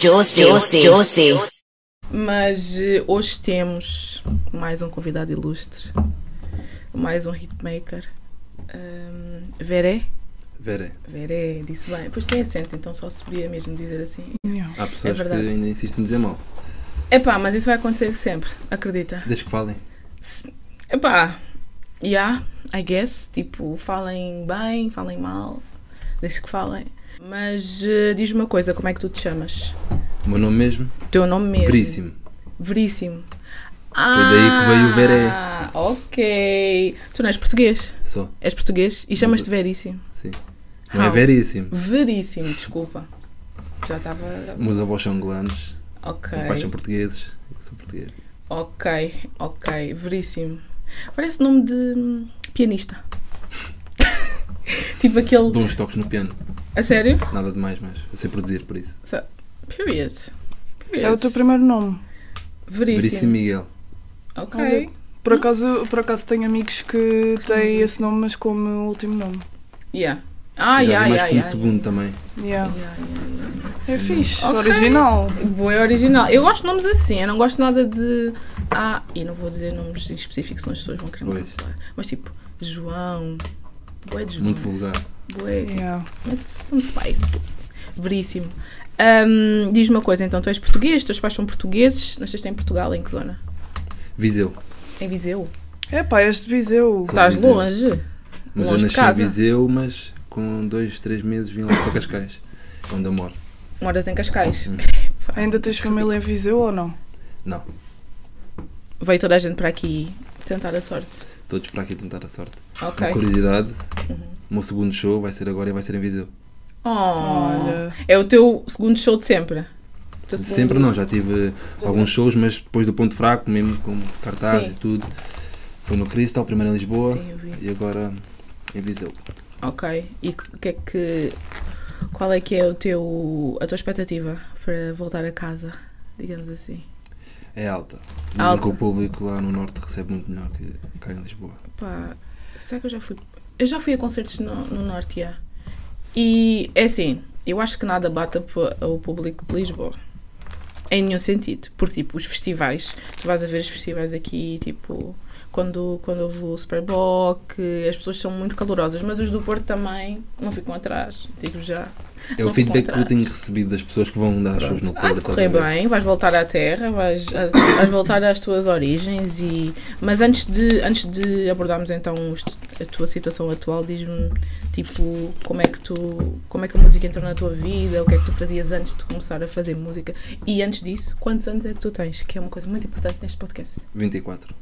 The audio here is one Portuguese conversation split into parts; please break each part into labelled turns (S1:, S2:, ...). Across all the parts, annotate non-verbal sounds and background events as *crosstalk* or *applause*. S1: Josie, Josie, Josie.
S2: Mas eh, hoje temos mais um convidado ilustre, mais um hitmaker. Ahm, Veré?
S3: Veré.
S2: Veré, disse bem. Pois tem acento, então só se podia mesmo dizer assim.
S3: Há
S2: É
S3: pessoas que
S2: verdade.
S3: ainda insistem em dizer mal.
S2: Epá, mas isso vai acontecer sempre, acredita.
S3: Desde que falem.
S2: Se- Epá, yeah, I guess. Tipo, falem bem, falem mal, deixe que falem. Mas eh, diz-me uma coisa, como é que tu te chamas?
S3: O meu nome mesmo,
S2: Teu nome mesmo?
S3: Veríssimo.
S2: Veríssimo.
S3: daí que veio o Veré.
S2: Ah, ok. Tu não és português?
S3: Só,
S2: És português e chamas-te Veríssimo.
S3: sim. Não é
S2: How?
S3: veríssimo.
S2: Veríssimo, desculpa. Já estava.
S3: Meus avós são angolanos,
S2: Ok.
S3: meus pais são portugueses, eu sou português.
S2: Ok, ok. Veríssimo. Parece nome de hum, pianista. *laughs* tipo aquele.
S3: Dou uns toques no piano,
S2: A sério?
S3: nada demais, mas eu sei produzir por isso.
S2: Sa- Period. Period.
S4: É o teu primeiro nome.
S3: Veríssimo
S2: Veríssimo.
S3: Miguel.
S2: Ok.
S4: Olha. Por acaso, por acaso tenho amigos que têm esse nome, mas como último nome.
S2: Yeah. Ah,
S3: Eu já
S2: yeah,
S3: vi mais
S2: yeah,
S3: que um
S2: yeah.
S3: segundo também.
S4: Yeah.
S2: Yeah, yeah.
S4: É fixe,
S2: Ok.
S4: original.
S2: Boa, é original. Eu gosto de nomes assim, eu não gosto nada de. Ah, e não vou dizer nomes em específico, senão as pessoas vão querer me
S3: Pois.
S2: cancelar. Mas tipo, João. Boé de João.
S3: Muito vulgar.
S2: Boé. Tipo,
S4: Yeah.
S2: mete some spice. Veríssimo. Ahm, Diz-me uma coisa, então, tu és português, teus pais são portugueses, nasceste em Portugal, em que zona?
S3: Viseu.
S2: Em Viseu.
S4: Epá, este Viseu.
S3: Sou de
S2: Estás
S3: Viseu.
S2: longe. Longe
S3: Mas
S2: de
S3: eu nasci
S2: casa.
S3: em Viseu, mas com dois, três meses vim lá para Cascais, *laughs* onde eu moro.
S2: Moras em Cascais.
S3: Hum.
S2: Pá,
S4: Ainda tens família em Viseu ou não?
S3: Não,
S2: Veio toda a gente para aqui tentar a sorte.
S3: todos para aqui tentar a sorte.
S2: Ok. Uhum.
S3: Uma curiosidade, o meu segundo show vai ser agora e vai ser em Viseu.
S2: Oh,
S4: Olha.
S2: É o teu segundo show de sempre. O teu segundo-
S3: Sempre não, já tive alguns shows, mas depois do ponto fraco, mesmo com cartaz
S2: Sim.
S3: e tudo. Foi no Crystal, primeiro em Lisboa
S2: Sim, eu vi.
S3: e agora em Viseu.
S2: Ok. E o que é que. Qual é que é o teu, a tua expectativa para voltar a casa? Digamos assim.
S3: É alta. Dizem
S2: Alta.
S3: que o público lá no norte recebe muito melhor que cá em Lisboa.
S2: Pá, será que eu já fui. Eu já fui a concertos no, no Norte, já. E é assim, eu acho que nada bate p- ao público de Lisboa. Em nenhum sentido. Porque, tipo, os festivais, tu vais a ver os festivais aqui, tipo, quando, quando houve o Superbock, as pessoas são muito calorosas, mas os do Porto também não ficam atrás, digo já.
S3: É o
S2: Não
S3: feedback que eu
S2: contratos.
S3: tenho recebido das pessoas que vão dar shows no
S2: Ah,
S3: Porto.
S2: de correr
S3: estás a ver?
S2: bem, vais voltar à terra, vais, vais voltar às tuas origens e. Mas antes de, antes de abordarmos então os- a tua situação atual, diz-me tipo como é que tu como é que a música entrou na tua vida, o que é que tu fazias antes de começar a fazer música e antes disso, quantos anos é que tu tens? Que é uma coisa muito importante neste podcast.
S3: 24.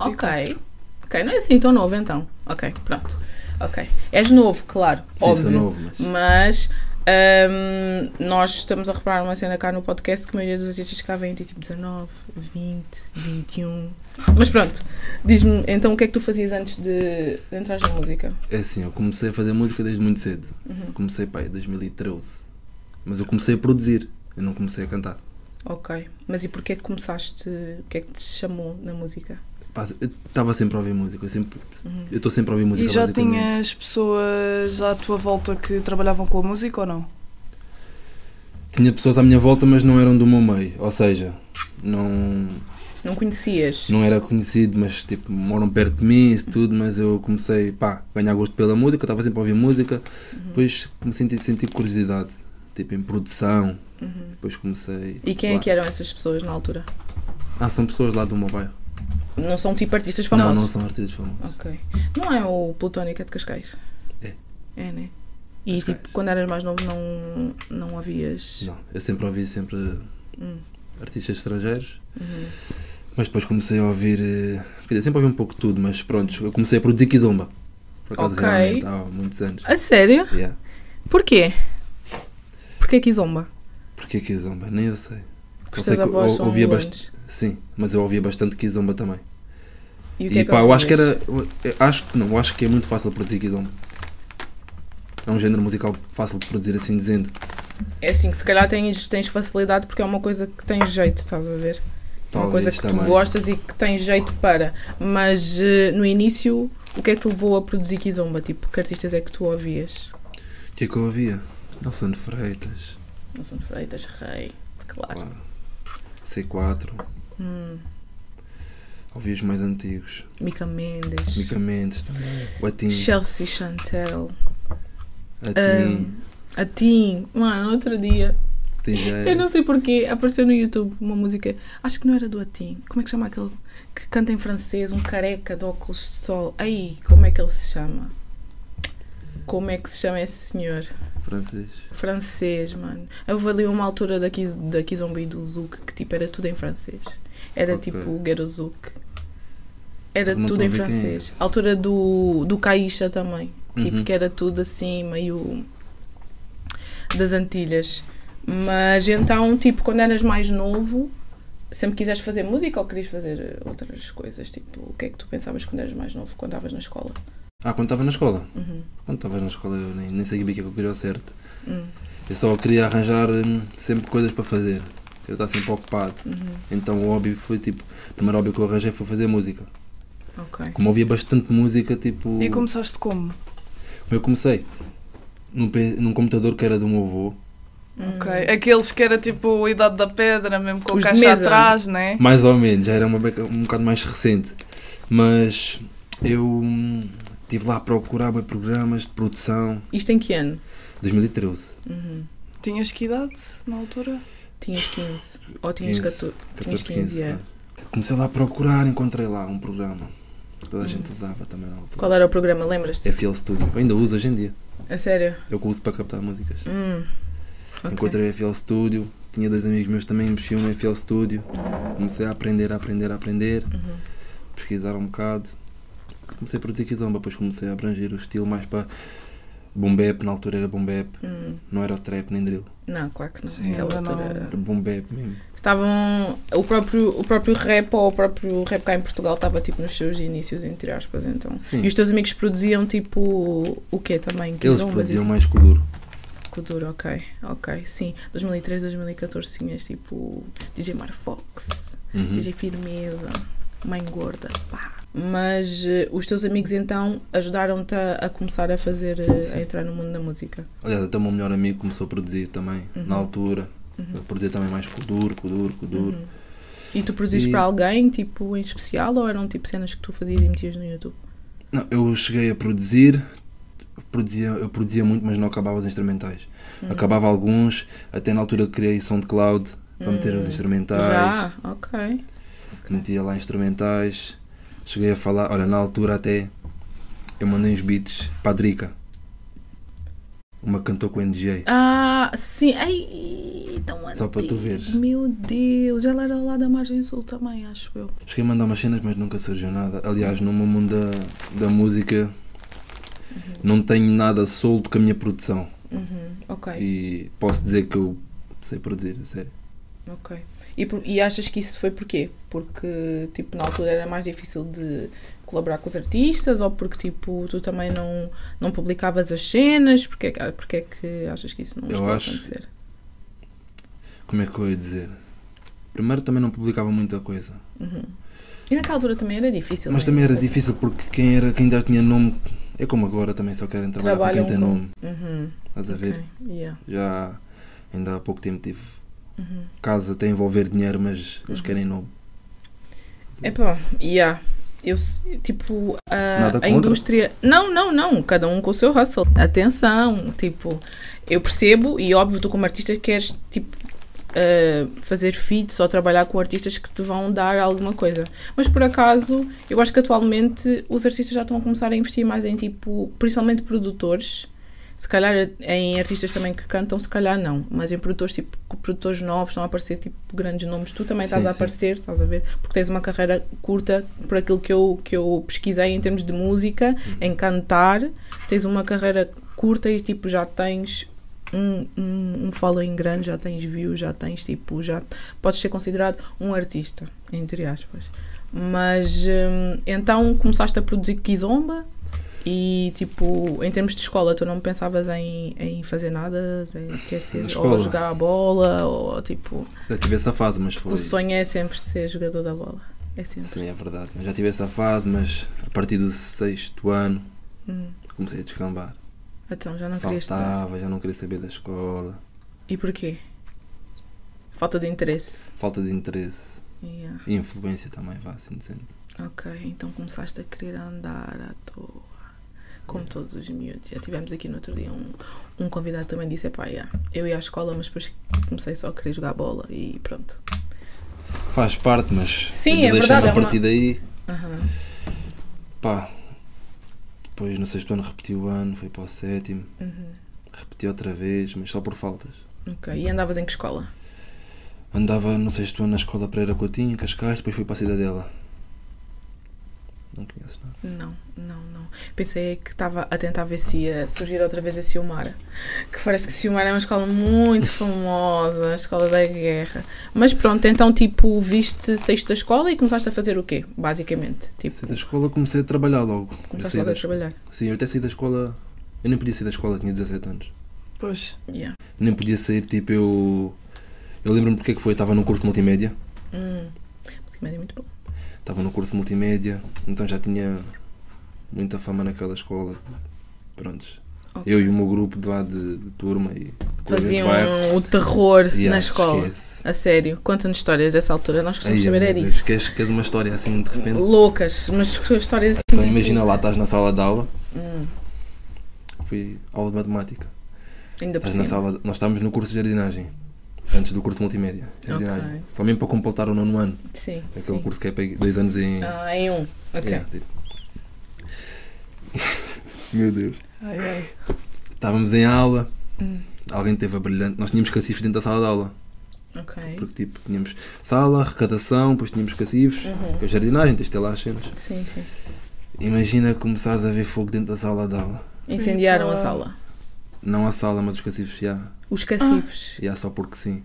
S2: Ok. Ok, não é assim tão novo então. Ok, pronto. Ok. És novo, claro.
S3: Sim,
S2: óbvio.
S3: sou novo, mas.
S2: Mas hum, nós estamos a reparar uma cena cá no podcast que a maioria dos artistas cá vêm ter tipo 19, 20, 21. Mas pronto, diz-me então o que é que tu fazias antes de, de entrar na música?
S3: É assim, eu comecei a fazer música desde muito cedo.
S2: Uhum.
S3: Comecei, pai, em 2013. Mas eu comecei a produzir, eu não comecei a cantar.
S2: Ok, mas e porquê é que começaste? O que é que te chamou na música?
S3: Pá, Eu estava sempre a ouvir música, eu sempre.
S2: Uhum.
S3: Eu estou sempre a ouvir música.
S4: E já
S3: basicamente.
S4: tinhas pessoas à tua volta que trabalhavam com a música ou não?
S3: Tinha pessoas à minha volta, mas não eram do meu meio. Ou seja, não,
S2: Não conhecias?
S3: não era conhecido, mas tipo, moram perto de mim e tudo. Mas eu comecei pá, a ganhar gosto pela música, estava sempre a ouvir música.
S2: Uhum.
S3: Depois comecei a sentir curiosidade, tipo, em produção. Depois comecei.
S2: Uhum.
S3: tipo,
S2: E quem é que eram essas pessoas na altura?
S3: Ah, são pessoas lá do meu bairro.
S2: Não são tipo artistas famosos?
S3: Não, não são artistas famosos.
S2: Ok. Não é o Plutónica de Cascais?
S3: É.
S2: É, né? E
S3: Cascais.
S2: tipo, quando eras mais novo não, não havias.
S3: Não, eu sempre ouvi sempre
S2: Hum.
S3: artistas estrangeiros.
S2: Uhum.
S3: Mas depois comecei a ouvir. eh, Quer dizer, sempre ouvi um pouco de tudo, mas pronto, eu comecei a produzir Kizomba. Por acaso,
S2: Ok.
S3: realmente, há muitos anos.
S2: A sério?
S3: Yeah.
S2: Porquê? Porquê que zomba?
S3: Porquê Kizomba? Nem eu sei.
S2: Porque
S3: Só
S2: os
S3: sei
S2: teus
S3: que eu
S2: avós
S3: ou-
S2: são
S3: ouvia
S2: angolanos.
S3: bastante. Sim, mas eu ouvia bastante Kizomba também.
S2: E, o que
S3: E
S2: é que
S3: pá, eu acho que
S2: ouvias?
S3: era. eu Acho que não, eu acho que é muito fácil produzir Kizomba. É um género musical fácil de produzir assim dizendo.
S2: É assim, que se calhar tens, tens facilidade porque é uma coisa que tens jeito, estás a ver? É uma
S3: Talvez
S2: coisa que tu
S3: também.
S2: gostas e que tens jeito para. Mas eh, no início, o que é que te levou a produzir Kizomba? Tipo, que artistas é que tu ouvias?
S3: O que é que eu ouvia? Nelson Freitas,
S2: Nelson Freitas, Rei, claro.
S3: Claro. C4.
S2: Hum,
S3: Ouvi os mais antigos.
S2: Mica Mendes,
S3: Mica Mendes também. O Atim.
S2: Chelsea Chantel, hum,
S3: Atim.
S2: a Tim. Mano, outro dia,
S3: TJ.
S2: eu não sei porquê, apareceu no YouTube uma música, acho que não era do Atim. Como é que chama aquele que canta em francês, um careca de óculos de sol? Aí, como é que ele se chama? Como é que se chama esse senhor?
S3: Francês.
S2: Francês, mano. Eu vou ali a uma altura da Kiz- da Kizomba e do Zouk que tipo era tudo em francês. Era
S3: Ok.
S2: tipo o Guero Zouk. Era
S3: Não tô
S2: tudo em
S3: a ver quem é.
S2: francês. A altura do, do Caixa também. Tipo
S3: Uhum.
S2: que era tudo assim, meio das Antilhas. Mas então, tipo, quando eras mais novo, sempre quiseres fazer música ou querias fazer eh, outras coisas? Tipo, o que é que tu pensavas quando eras mais novo, quando estavas na escola?
S3: Ah, quando estava na escola.
S2: Uhum.
S3: Quando estava na escola eu nem, nem sabia o que é que eu queria ao certo.
S2: Hum.
S3: Eu só queria arranjar hum, sempre coisas para fazer. Eu estava sempre ocupado.
S2: uhum.
S3: Então o hobby foi tipo. O primeiro hobby que eu arranjei foi fazer música.
S2: Ok.
S3: Como ouvia bastante música, tipo.
S4: E começaste como?
S3: Eu comecei num, pe- num computador que era do meu avô.
S4: Ok. Aqueles que era tipo a idade da pedra, mesmo com
S2: Hum. Os
S4: a
S2: de
S4: caixa
S2: mesa.
S4: atrás, né?
S3: Mais ou menos, já era uma beca um bocado mais recente. Mas eu hum, estive lá a procurar bué programas de produção.
S2: Isto em que ano? 2013.
S3: 2013.
S2: Uhum.
S4: Tinhas que idade na altura?
S2: Tinhas 15. Ou tinhas
S3: 15,
S2: 14. Tinhas 15, é.
S3: né? Comecei lá a procurar, encontrei lá um programa que
S4: Hum.
S3: toda a gente usava também na altura.
S2: Qual era o programa? Lembras-te?
S3: FL Studio. Eu ainda uso hoje em dia.
S2: A sério?
S3: É o que eu uso para captar músicas.
S2: Hum. Ok.
S3: Encontrei o FL Studio, tinha dois amigos meus também que mexiam no FL Studio. Comecei a aprender, a aprender, a aprender,
S2: Uhum.
S3: pesquisar um bocado. Comecei a produzir kizomba, depois comecei a abranger o estilo mais para boom bap, na altura era boom bap,
S2: Hum.
S3: não era trap nem drill,
S2: Não, claro que não.
S4: Sim,
S2: Aquela
S4: ainda não.
S2: altura.
S3: era boom bap mesmo.
S2: Estavam. O próprio, o próprio rap ou o próprio rap cá em Portugal estava tipo nos seus inícios, entre aspas, então.
S3: Sim.
S2: E os teus amigos produziam tipo. O quê também?
S3: Eles
S2: Kizombas e
S3: produziam mais que o duro.
S2: Kuduro, é ok, ok, sim. 2003, 2014 tinhas tipo DJ Mar Fox,
S3: Uhum.
S2: DJ Firmeza, Mãe Gorda, pá. Mas eh, os teus amigos então ajudaram-te a, a começar a fazer, eh, a entrar no mundo da música.
S3: Aliás, até o meu melhor amigo começou a produzir também, na
S2: Uhum.
S3: altura. A produzir também mais com o duro, com o duro, com o duro.
S2: E tu produziste
S3: E-
S2: para alguém, tipo, em especial, ou eram tipo cenas que tu fazias e metias no YouTube?
S3: Não, eu cheguei a produzir, produzia, eu produzia muito, mas não acabava os instrumentais.
S2: Hum.
S3: Acabava alguns, até na altura que criei SoundCloud para meter os instrumentais,
S2: Hum. Já, ok.
S3: metia lá instrumentais. Cheguei a falar, olha, na altura até eu mandei uns beats para a Drica, uma que cantou com o NGA.
S2: Ah, sim, ai, tão
S3: Só para tu
S2: antigo.
S3: veres.
S2: Meu Deus, ela era lá da Margem Sul também, acho eu.
S3: Cheguei a mandar umas cenas, mas nunca surgiu nada. Aliás, no meu mundo da, da música, não tenho nada solto com a minha produção.
S2: Uhum, ok.
S3: E posso dizer que eu sei produzir, a sério.
S2: Ok. E, por- e achas que isso foi porquê? Porque, tipo, na altura era mais difícil de colaborar com os artistas ou porque, tipo, tu também não, não publicavas as cenas? Porque, é que- porque é que achas que isso não
S3: Eu
S2: chegou a
S3: acho-
S2: acontecer?
S3: Como é que eu ia dizer? Primeiro também não publicava muita coisa.
S2: E naquela altura também era difícil.
S3: Mas
S2: né?
S3: também era difícil porque quem era, quem já tinha nome, é como agora também só querem trabalhar
S2: Trabalham
S3: com quem tem
S2: com-
S3: nome.
S2: Uhum,
S3: Estás a ver?
S2: ok, yeah.
S3: Já ainda há pouco tempo tive
S2: Uhum.
S3: casa até envolver dinheiro, mas eles querem nome.
S2: Epá, yeah. Eu, se- tipo, a,
S3: Nada
S2: a
S3: contra.
S2: indústria. Não, não, não. Cada um com o seu hustle. Atenção. Tipo, eu percebo e óbvio, tu como artista queres, tipo, ah, fazer feats ou trabalhar com artistas que te vão dar alguma coisa. Mas por acaso, eu acho que atualmente os artistas já estão a começar a investir mais em, tipo, principalmente produtores. Se calhar em artistas também que cantam, se calhar não. Mas em produtores, tipo, produtores novos, estão a aparecer, tipo, grandes nomes. Tu também estás
S3: Sim,
S2: a
S3: sim.
S2: aparecer aparecer, estás a ver? Porque tens uma carreira curta, por aquilo que eu, que eu pesquisei em termos de música, em cantar, tens uma carreira curta e tipo já tens um, um, um following grande, já tens views, já tens tipo, já podes ser considerado um artista, entre aspas. Mas hum, então começaste a produzir Kizomba e tipo, em termos de escola, tu não pensavas em, em fazer nada, em- quer ser, ou
S3: escola?
S2: jogar a bola, ou tipo.
S3: Já tive essa fase, mas foi.
S2: O sonho é sempre ser jogador da bola. É sempre.
S3: Sim, é verdade. Já tive essa fase, mas a partir do sexto ano
S2: Hum.
S3: comecei a descambar.
S2: Então, já não querias estudar.
S3: Faltava, já não queria saber da escola.
S2: E porquê? Falta de interesse.
S3: Falta de interesse
S2: Yeah.
S3: e influência também, vá assim dizendo.
S2: Ok, então começaste a querer andar à toa. Como todos os miúdos. Já tivemos aqui no outro dia um, um convidado também disse: pá, yeah, eu ia à escola, mas depois comecei só a querer jogar bola e pronto.
S3: Faz parte, mas
S2: Sim,
S3: depois
S2: é
S3: deixando
S2: verdade, é
S3: a
S2: uma-
S3: partir daí,
S2: Aham.
S3: pá. Depois no sexto ano repeti o ano, fui para o sétimo,
S2: Uhum.
S3: repeti outra vez, mas só por faltas.
S2: Ok, e andavas em que escola?
S3: Andava no sexto ano na escola Pereira Coutinho, em Cascais, depois fui para a Cidadela. Não conheces, não?
S2: Não, não, não. Pensei que estava a tentar ver se ia surgir outra vez a Silmara. Que parece que Silmara é uma escola muito famosa, a escola da guerra. Mas pronto, então, tipo, viste, saíste da escola e começaste a fazer o quê, basicamente? Tipo,
S3: Saí da escola, comecei a trabalhar logo. Eu
S2: começaste
S3: saí
S2: logo
S3: da-
S2: a trabalhar.
S3: Sim, eu até saí da escola. Eu nem podia sair da escola, tinha 17 anos.
S4: Pois.
S2: Yeah.
S3: Nem podia sair, tipo, eu. Eu lembro-me porque é que foi, eu estava no curso de multimédia.
S2: Hum. Multimédia é muito bom.
S3: Estava no curso de multimédia, então já tinha muita fama naquela escola. Prontos.
S2: Ok.
S3: Eu e o meu grupo de lá de, de turma e de colegas de
S2: Faziam
S3: bairro.
S2: o terror
S3: Yeah,
S2: na escola.
S3: esquece.
S2: A sério, conta-nos histórias dessa altura, nós
S3: Ai,
S2: gostamos de saber
S3: meu
S2: é
S3: Deus,
S2: disso.
S3: Queres, queres uma história assim de repente?
S2: Loucas, mas histórias assim.
S3: Então
S2: tipo,
S3: imagina lá, estás na sala de aula,
S2: Hum,
S3: fui aula de matemática.
S2: ainda por
S3: Estás na
S2: cima.
S3: sala, nós estávamos no curso de jardinagem, antes do curso de multimédia. Jardinagem.
S2: Ok.
S3: Só mesmo para completar o nono ano,
S2: Sim.
S3: aquele
S2: sim.
S3: curso que é para ir dois anos em.
S2: Ah, em um. Ok.
S3: Yeah, tipo. *laughs* Meu Deus.
S4: Ai, ai.
S3: Estávamos em aula,
S2: Hum.
S3: alguém teve a brilhante. Nós tínhamos cacifes dentro da sala de aula,
S2: Ok.
S3: porque tipo, tínhamos sala, arrecadação, depois tínhamos cacifes,
S2: Uhum.
S3: depois jardinagem, tens de ter lá as cenas.
S2: Sim, sim.
S3: Imagina começares a ver fogo dentro da sala de aula.
S2: Incendiaram a
S4: Eita.
S2: sala.
S3: Não a sala, mas os cacifes já.
S2: Os cacifes.
S3: Já só porque sim.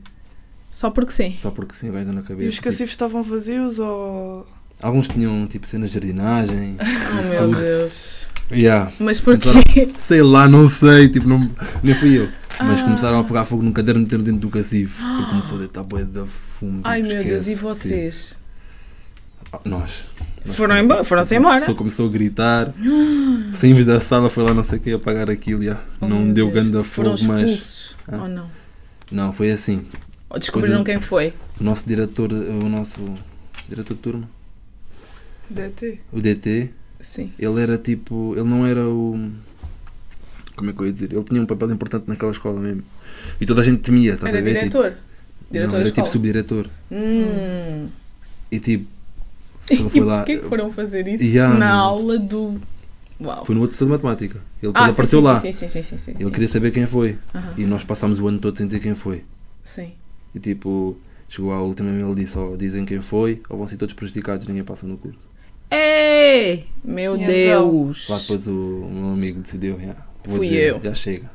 S2: Só porque sim.
S3: Só porque sim, vai dar na cabeça.
S4: E os
S3: tipo.
S4: cacifes estavam vazios ou.
S3: Alguns tinham tipo cenas de jardinagem.
S2: *laughs* Oh
S3: isso
S2: meu
S3: tudo.
S2: Deus.
S3: Yeah.
S2: Mas
S3: Então,
S2: *laughs* porquê?
S3: Sei lá, não sei, tipo, não, nem fui eu.
S2: Ah.
S3: Mas começaram a pegar fogo no caderno e meter dentro do cacifo. Porque começou a deitar boia de fumo.
S2: Ai
S3: tipo,
S2: meu Deus, e
S3: esquece,
S2: vocês?
S3: tipo, ah, nós. Nós
S2: Foram
S3: começamos-
S2: embora, foram-se embora.
S3: A pessoa começou a gritar. Saímos da sala, foi lá não sei o que apagar aquilo. Yeah.
S2: Oh,
S3: não
S2: meu
S3: deu
S2: Deus.
S3: ganda
S2: Foram
S3: fogo, mas.
S2: expulsos.
S3: Ah.
S2: Ou não?
S3: Não, foi assim.
S2: Ou descobriram
S3: Coisa-
S2: quem foi?
S3: O nosso diretor, o nosso diretor de turma,
S4: DT?
S3: o DT,
S2: Sim.
S3: ele era tipo. Ele não era o. Como é que eu ia dizer? Ele tinha um papel importante naquela escola mesmo. E toda a gente temia, estás
S2: Era
S3: a ver? Tipo,
S2: diretor. Diretor
S3: não,
S2: da
S3: era
S2: escola.
S3: tipo subdiretor.
S2: Hum.
S3: E tipo.
S2: *laughs* E
S3: Ele foi lá.
S2: porquê que foram fazer isso
S3: Yeah,
S2: na
S3: não.
S2: aula do. Uau.
S3: Foi no outro setor de matemática. Ele depois
S2: ah, sim,
S3: apareceu
S2: sim,
S3: lá.
S2: Sim, sim, sim, sim, sim.
S3: Ele
S2: sim.
S3: queria saber quem foi.
S2: Aham.
S3: E nós passámos o ano todo sem dizer quem foi.
S2: Sim.
S3: E tipo. Chegou à última e ele disse: ó, dizem quem foi, ou vão ser todos prejudicados, ninguém passa no curso.
S2: Ei! Meu
S4: E então?
S2: Deus!
S3: Lá depois o, o meu amigo decidiu: "Ya, vou
S2: Fui
S3: dizer,
S2: eu."
S3: Já chega.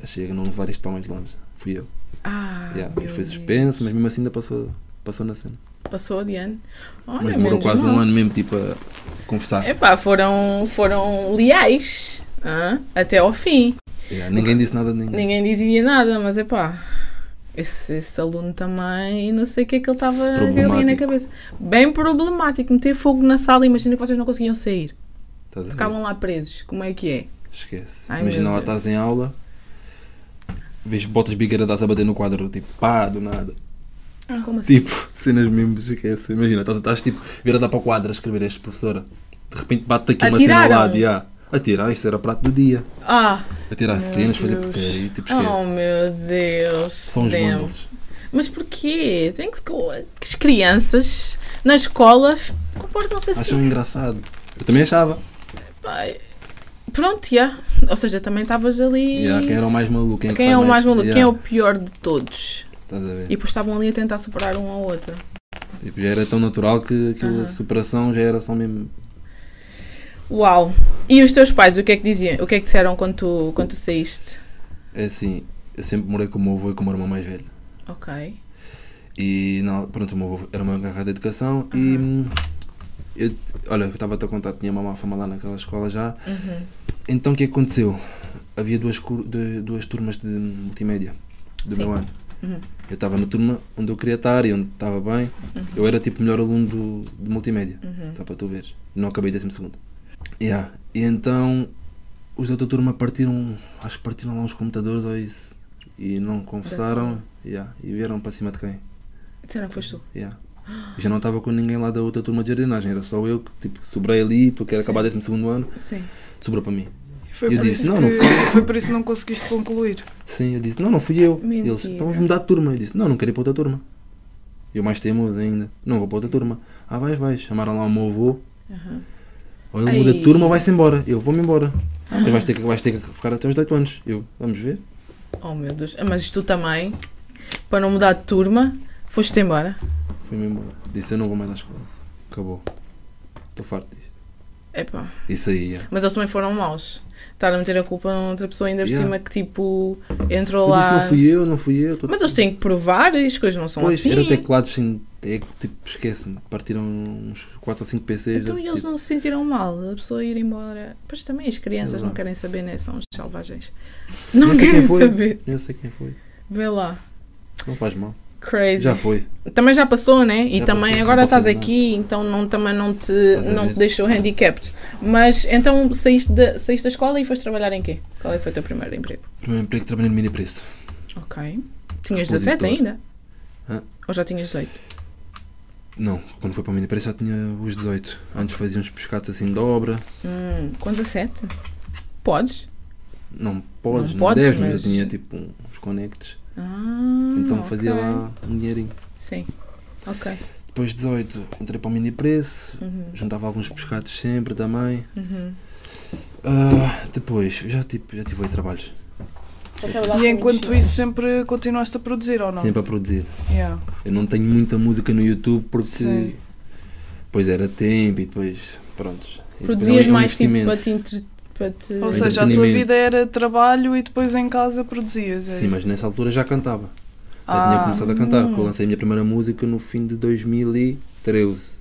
S3: Já chega, não levar isto para mais longe. Fui eu.
S2: Ah,
S3: Yeah,
S2: meu
S3: e foi
S2: Deus.
S3: suspenso, mas mesmo assim ainda passou, passou na cena.
S2: Passou de ano. Olha,
S3: mas demorou
S2: menos
S3: quase
S2: mal. É
S3: um ano mesmo, tipo, a confessar.
S2: Epá, foram, foram leais hã? até ao fim.
S3: Yeah, ninguém disse nada de ninguém.
S2: Ninguém dizia nada, mas epá, esse, esse aluno também, não sei o que é que ele estava ali na
S3: Problemático.
S2: cabeça. Bem problemático, meter fogo na sala, imagina que vocês não conseguiam sair.
S3: Estás a ver?
S2: Ficavam lá presos, como é que é?
S3: Esquece.
S2: Ai,
S3: Imagina
S2: meu
S3: lá,
S2: Deus.
S3: estás em aula, vês botas bigueiradas a bater no quadro, tipo, pá, do nada.
S2: Como assim?
S3: *laughs* Tipo, cenas mesmo, esquece. Imagina, estás, estás tipo, virada para o quadro a escrever este professora. De repente bate aqui uma cena ao
S2: Atiraram.
S3: lado, yeah. Atirar, isto era prato do dia.
S2: Ah,
S3: Atirar cenas, fazer
S4: Deus.
S3: porcaria, tipo, esquece.
S2: oh meu Deus.
S3: São os
S2: damn.
S3: vândalos.
S2: Mas porquê? Tem que, se- que as crianças na escola f- comportam-se assim.
S3: Acham engraçado. Eu também achava.
S2: Pá, Pronto, já. Ou seja, também estavas ali.
S3: Yeah, quem era o mais maluco? Quem,
S2: Quem
S3: que faz
S2: é o mais maluco?
S3: Yeah.
S2: Quem é o pior de todos?
S3: Estás a ver?
S2: E depois estavam ali a tentar superar um ao outro.
S3: Tipo, já era tão natural que aquela
S2: Aham.
S3: superação já era só mesmo.
S2: Uau! E os teus pais, o que é que diziam? O que é que disseram quando tu, quando tu saíste?
S3: É assim, eu sempre morei com o meu avô e com o meu irmão mais velho.
S2: Ok.
S3: E na- pronto, o meu avô era uma agarrado de educação e. hum, Eu, olha, eu estava a contar, tinha uma má fama lá naquela escola já.
S2: Uhum.
S3: Então o que é que aconteceu? Havia duas, cur- de- duas turmas de multimédia do
S2: Sim.
S3: meu ano.
S2: Uhum.
S3: Eu estava na turma onde eu queria estar e onde estava bem. Eu era tipo o melhor aluno do, de multimédia,
S2: Uhum.
S3: só para tu veres. Não acabei décimo segundo. Yeah. E então os da outra turma partiram, acho que partiram lá uns computadores ou isso. e não confessaram yeah, e vieram para cima de quem?
S2: Disseram que foste tu.
S3: Yeah. Eu Já não estava com ninguém lá da outra turma de jardinagem, era só eu que tipo, sobrei ali, tu queres acabar 12 ano,
S2: Sim.
S3: sobrou para mim.
S4: Foi,
S3: Eu
S4: por
S3: disse,
S4: isso
S3: não, não
S4: que-
S3: foi.
S4: foi por isso que não conseguiste concluir.
S3: Sim, eu disse, não, não fui eu.
S2: Mentira.
S3: Eles, então vamos mudar de turma. Eu disse, não, não quero ir para outra turma. Eu mais teimoso ainda, não vou para outra turma. Ah, vais, vais. Chamaram lá o meu avô.
S2: Aham.
S3: Ou ele
S2: Ai.
S3: muda de turma ou vai-se embora. Eu vou-me embora. Ah, mas vais ter, que, vais ter que ficar até os 18 anos. Eu, vamos ver.
S2: Oh meu Deus. Mas tu também, para não mudar de turma, foste embora.
S3: Fui-me embora. Disse, eu não vou mais à escola. Acabou. Estou farto disto.
S2: Epá.
S3: Isso aí, é.
S2: Mas eles também foram maus. Estar a meter a culpa numa outra pessoa ainda por
S3: Yeah.
S2: cima que tipo entrou
S3: Eu disse,
S2: lá.
S3: não fui eu, não fui eu. tô-
S2: Mas eles têm que provar e as coisas não são
S3: Pois,
S2: assim.
S3: era teclados sem tec, tipo, esquece-me. Partiram uns 4 ou 5 PCs.
S2: Então
S3: desse
S2: eles
S3: tipo.
S2: não se sentiram mal da pessoa ir embora. Pois também as crianças não
S3: Exato.
S2: querem saber, né? São os selvagens. Não
S3: Nem sei
S2: querem
S3: quem é foi.
S2: saber.
S3: Nem Eu sei quem foi.
S2: Vê lá.
S3: Não faz mal.
S2: Crazy.
S3: Já foi.
S2: Também já passou, né? E
S3: Já
S2: também
S3: passou,
S2: agora
S3: não
S2: estás
S3: passou nada.
S2: aqui, então não, também não te,
S3: Estás a
S2: não
S3: ver?
S2: te deixou handicapped. Mas então saíste da, saíste da escola e foste trabalhar em quê? Qual é que foi o teu primeiro emprego?
S3: Primeiro emprego trabalhei no mini preço.
S2: Ok. Tinhas
S3: Repositor.
S2: 17 ainda?
S3: Ah, Hã?
S2: Ou já tinhas 18?
S3: Não, quando foi para o mini preço já tinha os 18. Antes fazia uns pescados assim de obra.
S2: Hum, com 17? Podes?
S3: Não podes,
S2: Não
S3: não,
S2: podes,
S3: deves, mas...
S2: mas-
S3: eu tinha tipo uns conectes.
S2: Ah,
S3: Então fazia
S2: ok.
S3: lá um dinheirinho.
S2: Sim. Ok. Uhum.
S3: Depois de 18 entrei para o mini preço, juntava alguns pescados sempre também. Ah, depois já, tipo, já tive oito trabalhos,
S4: E enquanto isso sempre continuaste a produzir ou não?
S3: sempre a produzir.
S4: Yeah.
S3: Eu não tenho muita música no YouTube porque
S4: Sim.
S3: depois era tempo e depois prontos. E depois
S2: Produzias
S3: é um
S2: mais tipo
S3: investimento.
S2: para te. entre- Para te...
S4: Ou seja, a tua
S3: entretenimento.
S4: vida era trabalho e depois em casa produzias. é?
S3: Sim, mas nessa altura já cantava. Já
S4: Ah.
S3: tinha começado a cantar, porque eu lancei a minha primeira música no fim de 2013.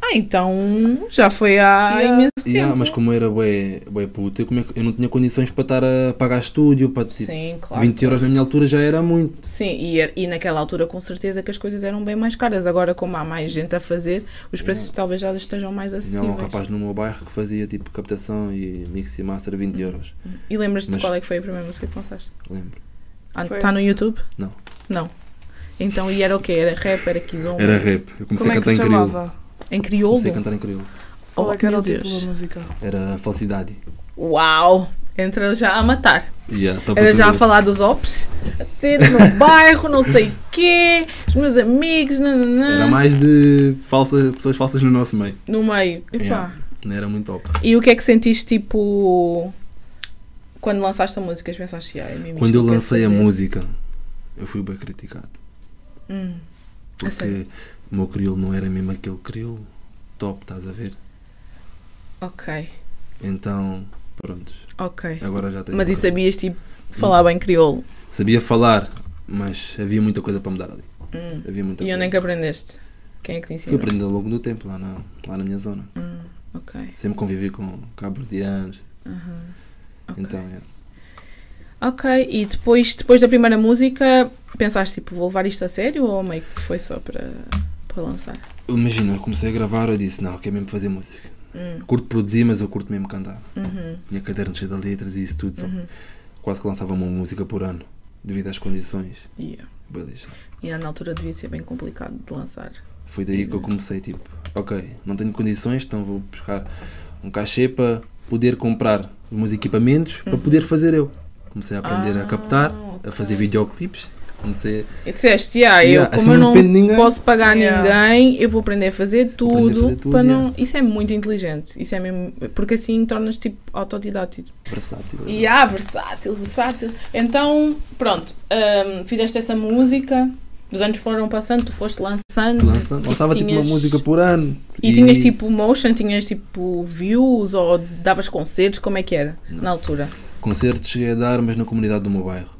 S2: Ah, então já foi há
S4: Yeah.
S2: imenso tempo.
S3: Yeah, ah, mas como eu era bué, bué puto, eu, como é que- eu não tinha condições para estar a pagar estúdio, para tipo,
S2: Sim, claro.
S3: 20 euros na minha altura já era muito.
S2: Sim, e, era- e naquela altura com certeza que as coisas eram bem mais caras. Agora, como há mais gente a fazer, os preços talvez já estejam mais
S3: Tinha lá um
S2: acessíveis.
S3: rapaz no meu bairro que fazia tipo captação e mix e master 20 euros,
S2: E lembras-te de
S3: Mas-
S2: qual é que foi a primeira música que lançaste?
S3: lembro.
S4: Foi
S2: Está no
S4: essa.
S2: YouTube?
S3: Não.
S2: Não. Então, e era o quê? Era rap, era kizomba?
S3: Era rap, eu comecei
S4: Como
S3: a
S4: é que
S3: cantar
S4: se
S3: em crioulo.
S4: chamava?
S2: Em crioulo?
S3: Comecei a cantar em crioulo.
S4: Qual é que era
S2: Oh, meu
S4: o título
S2: Deus.
S4: da música?
S3: Era falsidade.
S2: Uau! Entra já a matar.
S3: Yeah, só para
S2: Era
S3: tu
S2: já a
S3: veres.
S2: falar dos ops, a dizer no *laughs* bairro, não sei quê, os meus amigos,
S3: Era
S2: nananã.
S3: mais de falsas, pessoas falsas no nosso meio.
S2: No meio. Epá.
S3: Yeah, Não era muito top.
S2: E o que é que sentiste, tipo, quando lançaste a música? Pensaste, ah, é mesmo isto
S3: Quando
S2: que
S3: eu
S2: quero
S3: lancei a
S2: fazer."
S3: música, eu fui bem criticado.
S2: Hum, a sério?
S3: Porque o meu crioulo não era mesmo aquele crioulo top, estás a ver?
S2: Ok,
S3: Então, pronto.
S2: ok.
S3: Agora já tenho.
S2: Mas e sabias, tipo,
S3: Hum.
S2: falar bem crioulo?
S3: Sabia falar, mas havia muita coisa para mudar ali.
S2: Hum.
S3: Havia muita
S2: E
S3: coisa.
S2: onde é que aprendeste? Quem é que te
S3: Fui
S2: ensinou?
S3: aprendendo ao longo do tempo, lá na, lá na minha zona.
S2: Uhum. Ok,
S3: Sempre convivi com cabo-verdianos.
S2: ok.
S3: Então, é.
S2: Ok, e depois, depois da primeira música, pensaste, tipo, vou levar isto a sério ou meio que foi só para, para lançar?
S3: Imagina, eu comecei a gravar, eu disse, não, eu quero mesmo fazer música.
S2: Hum.
S3: Curto produzir, mas eu curto mesmo cantar.
S2: Uhum.
S3: Tinha caderno cheio de letras e isso tudo. só- Quase que lançava uma música por ano, devido às condições.
S2: Yeah.
S3: Beleza.
S2: E na altura devia ser bem complicado de lançar.
S3: Foi daí que
S2: Uhum.
S3: eu comecei, tipo, ok, não tenho condições, então vou buscar um cachê para poder comprar os meus equipamentos para poder fazer eu. Comecei a aprender
S2: Uhum. Ah,
S3: a captar,
S2: ok.
S3: a fazer videoclipes, comecei
S2: E disseste, yeah,
S3: Yeah,
S2: eu
S3: assim
S2: como eu
S3: não
S2: não
S3: depende de ninguém."
S2: posso pagar
S4: Yeah.
S2: ninguém, eu vou aprender a fazer tudo,
S3: aprender a fazer tudo,
S2: para não. Isso é muito inteligente. Isso é mesmo. Porque assim tornas tipo autodidático.
S3: a versátil.
S2: E yeah, versátil, versátil. Então, pronto, hum, fizeste essa música, os anos foram passando, tu foste lançando.
S3: Lança-
S2: tipo,
S3: lançava tipo uma
S2: tinhas-
S3: música por ano.
S2: E tinhas tipo motion, tinhas tipo views ou davas concertos, como é que era na altura?
S3: Concertos cheguei a dar, mas na comunidade do meu bairro.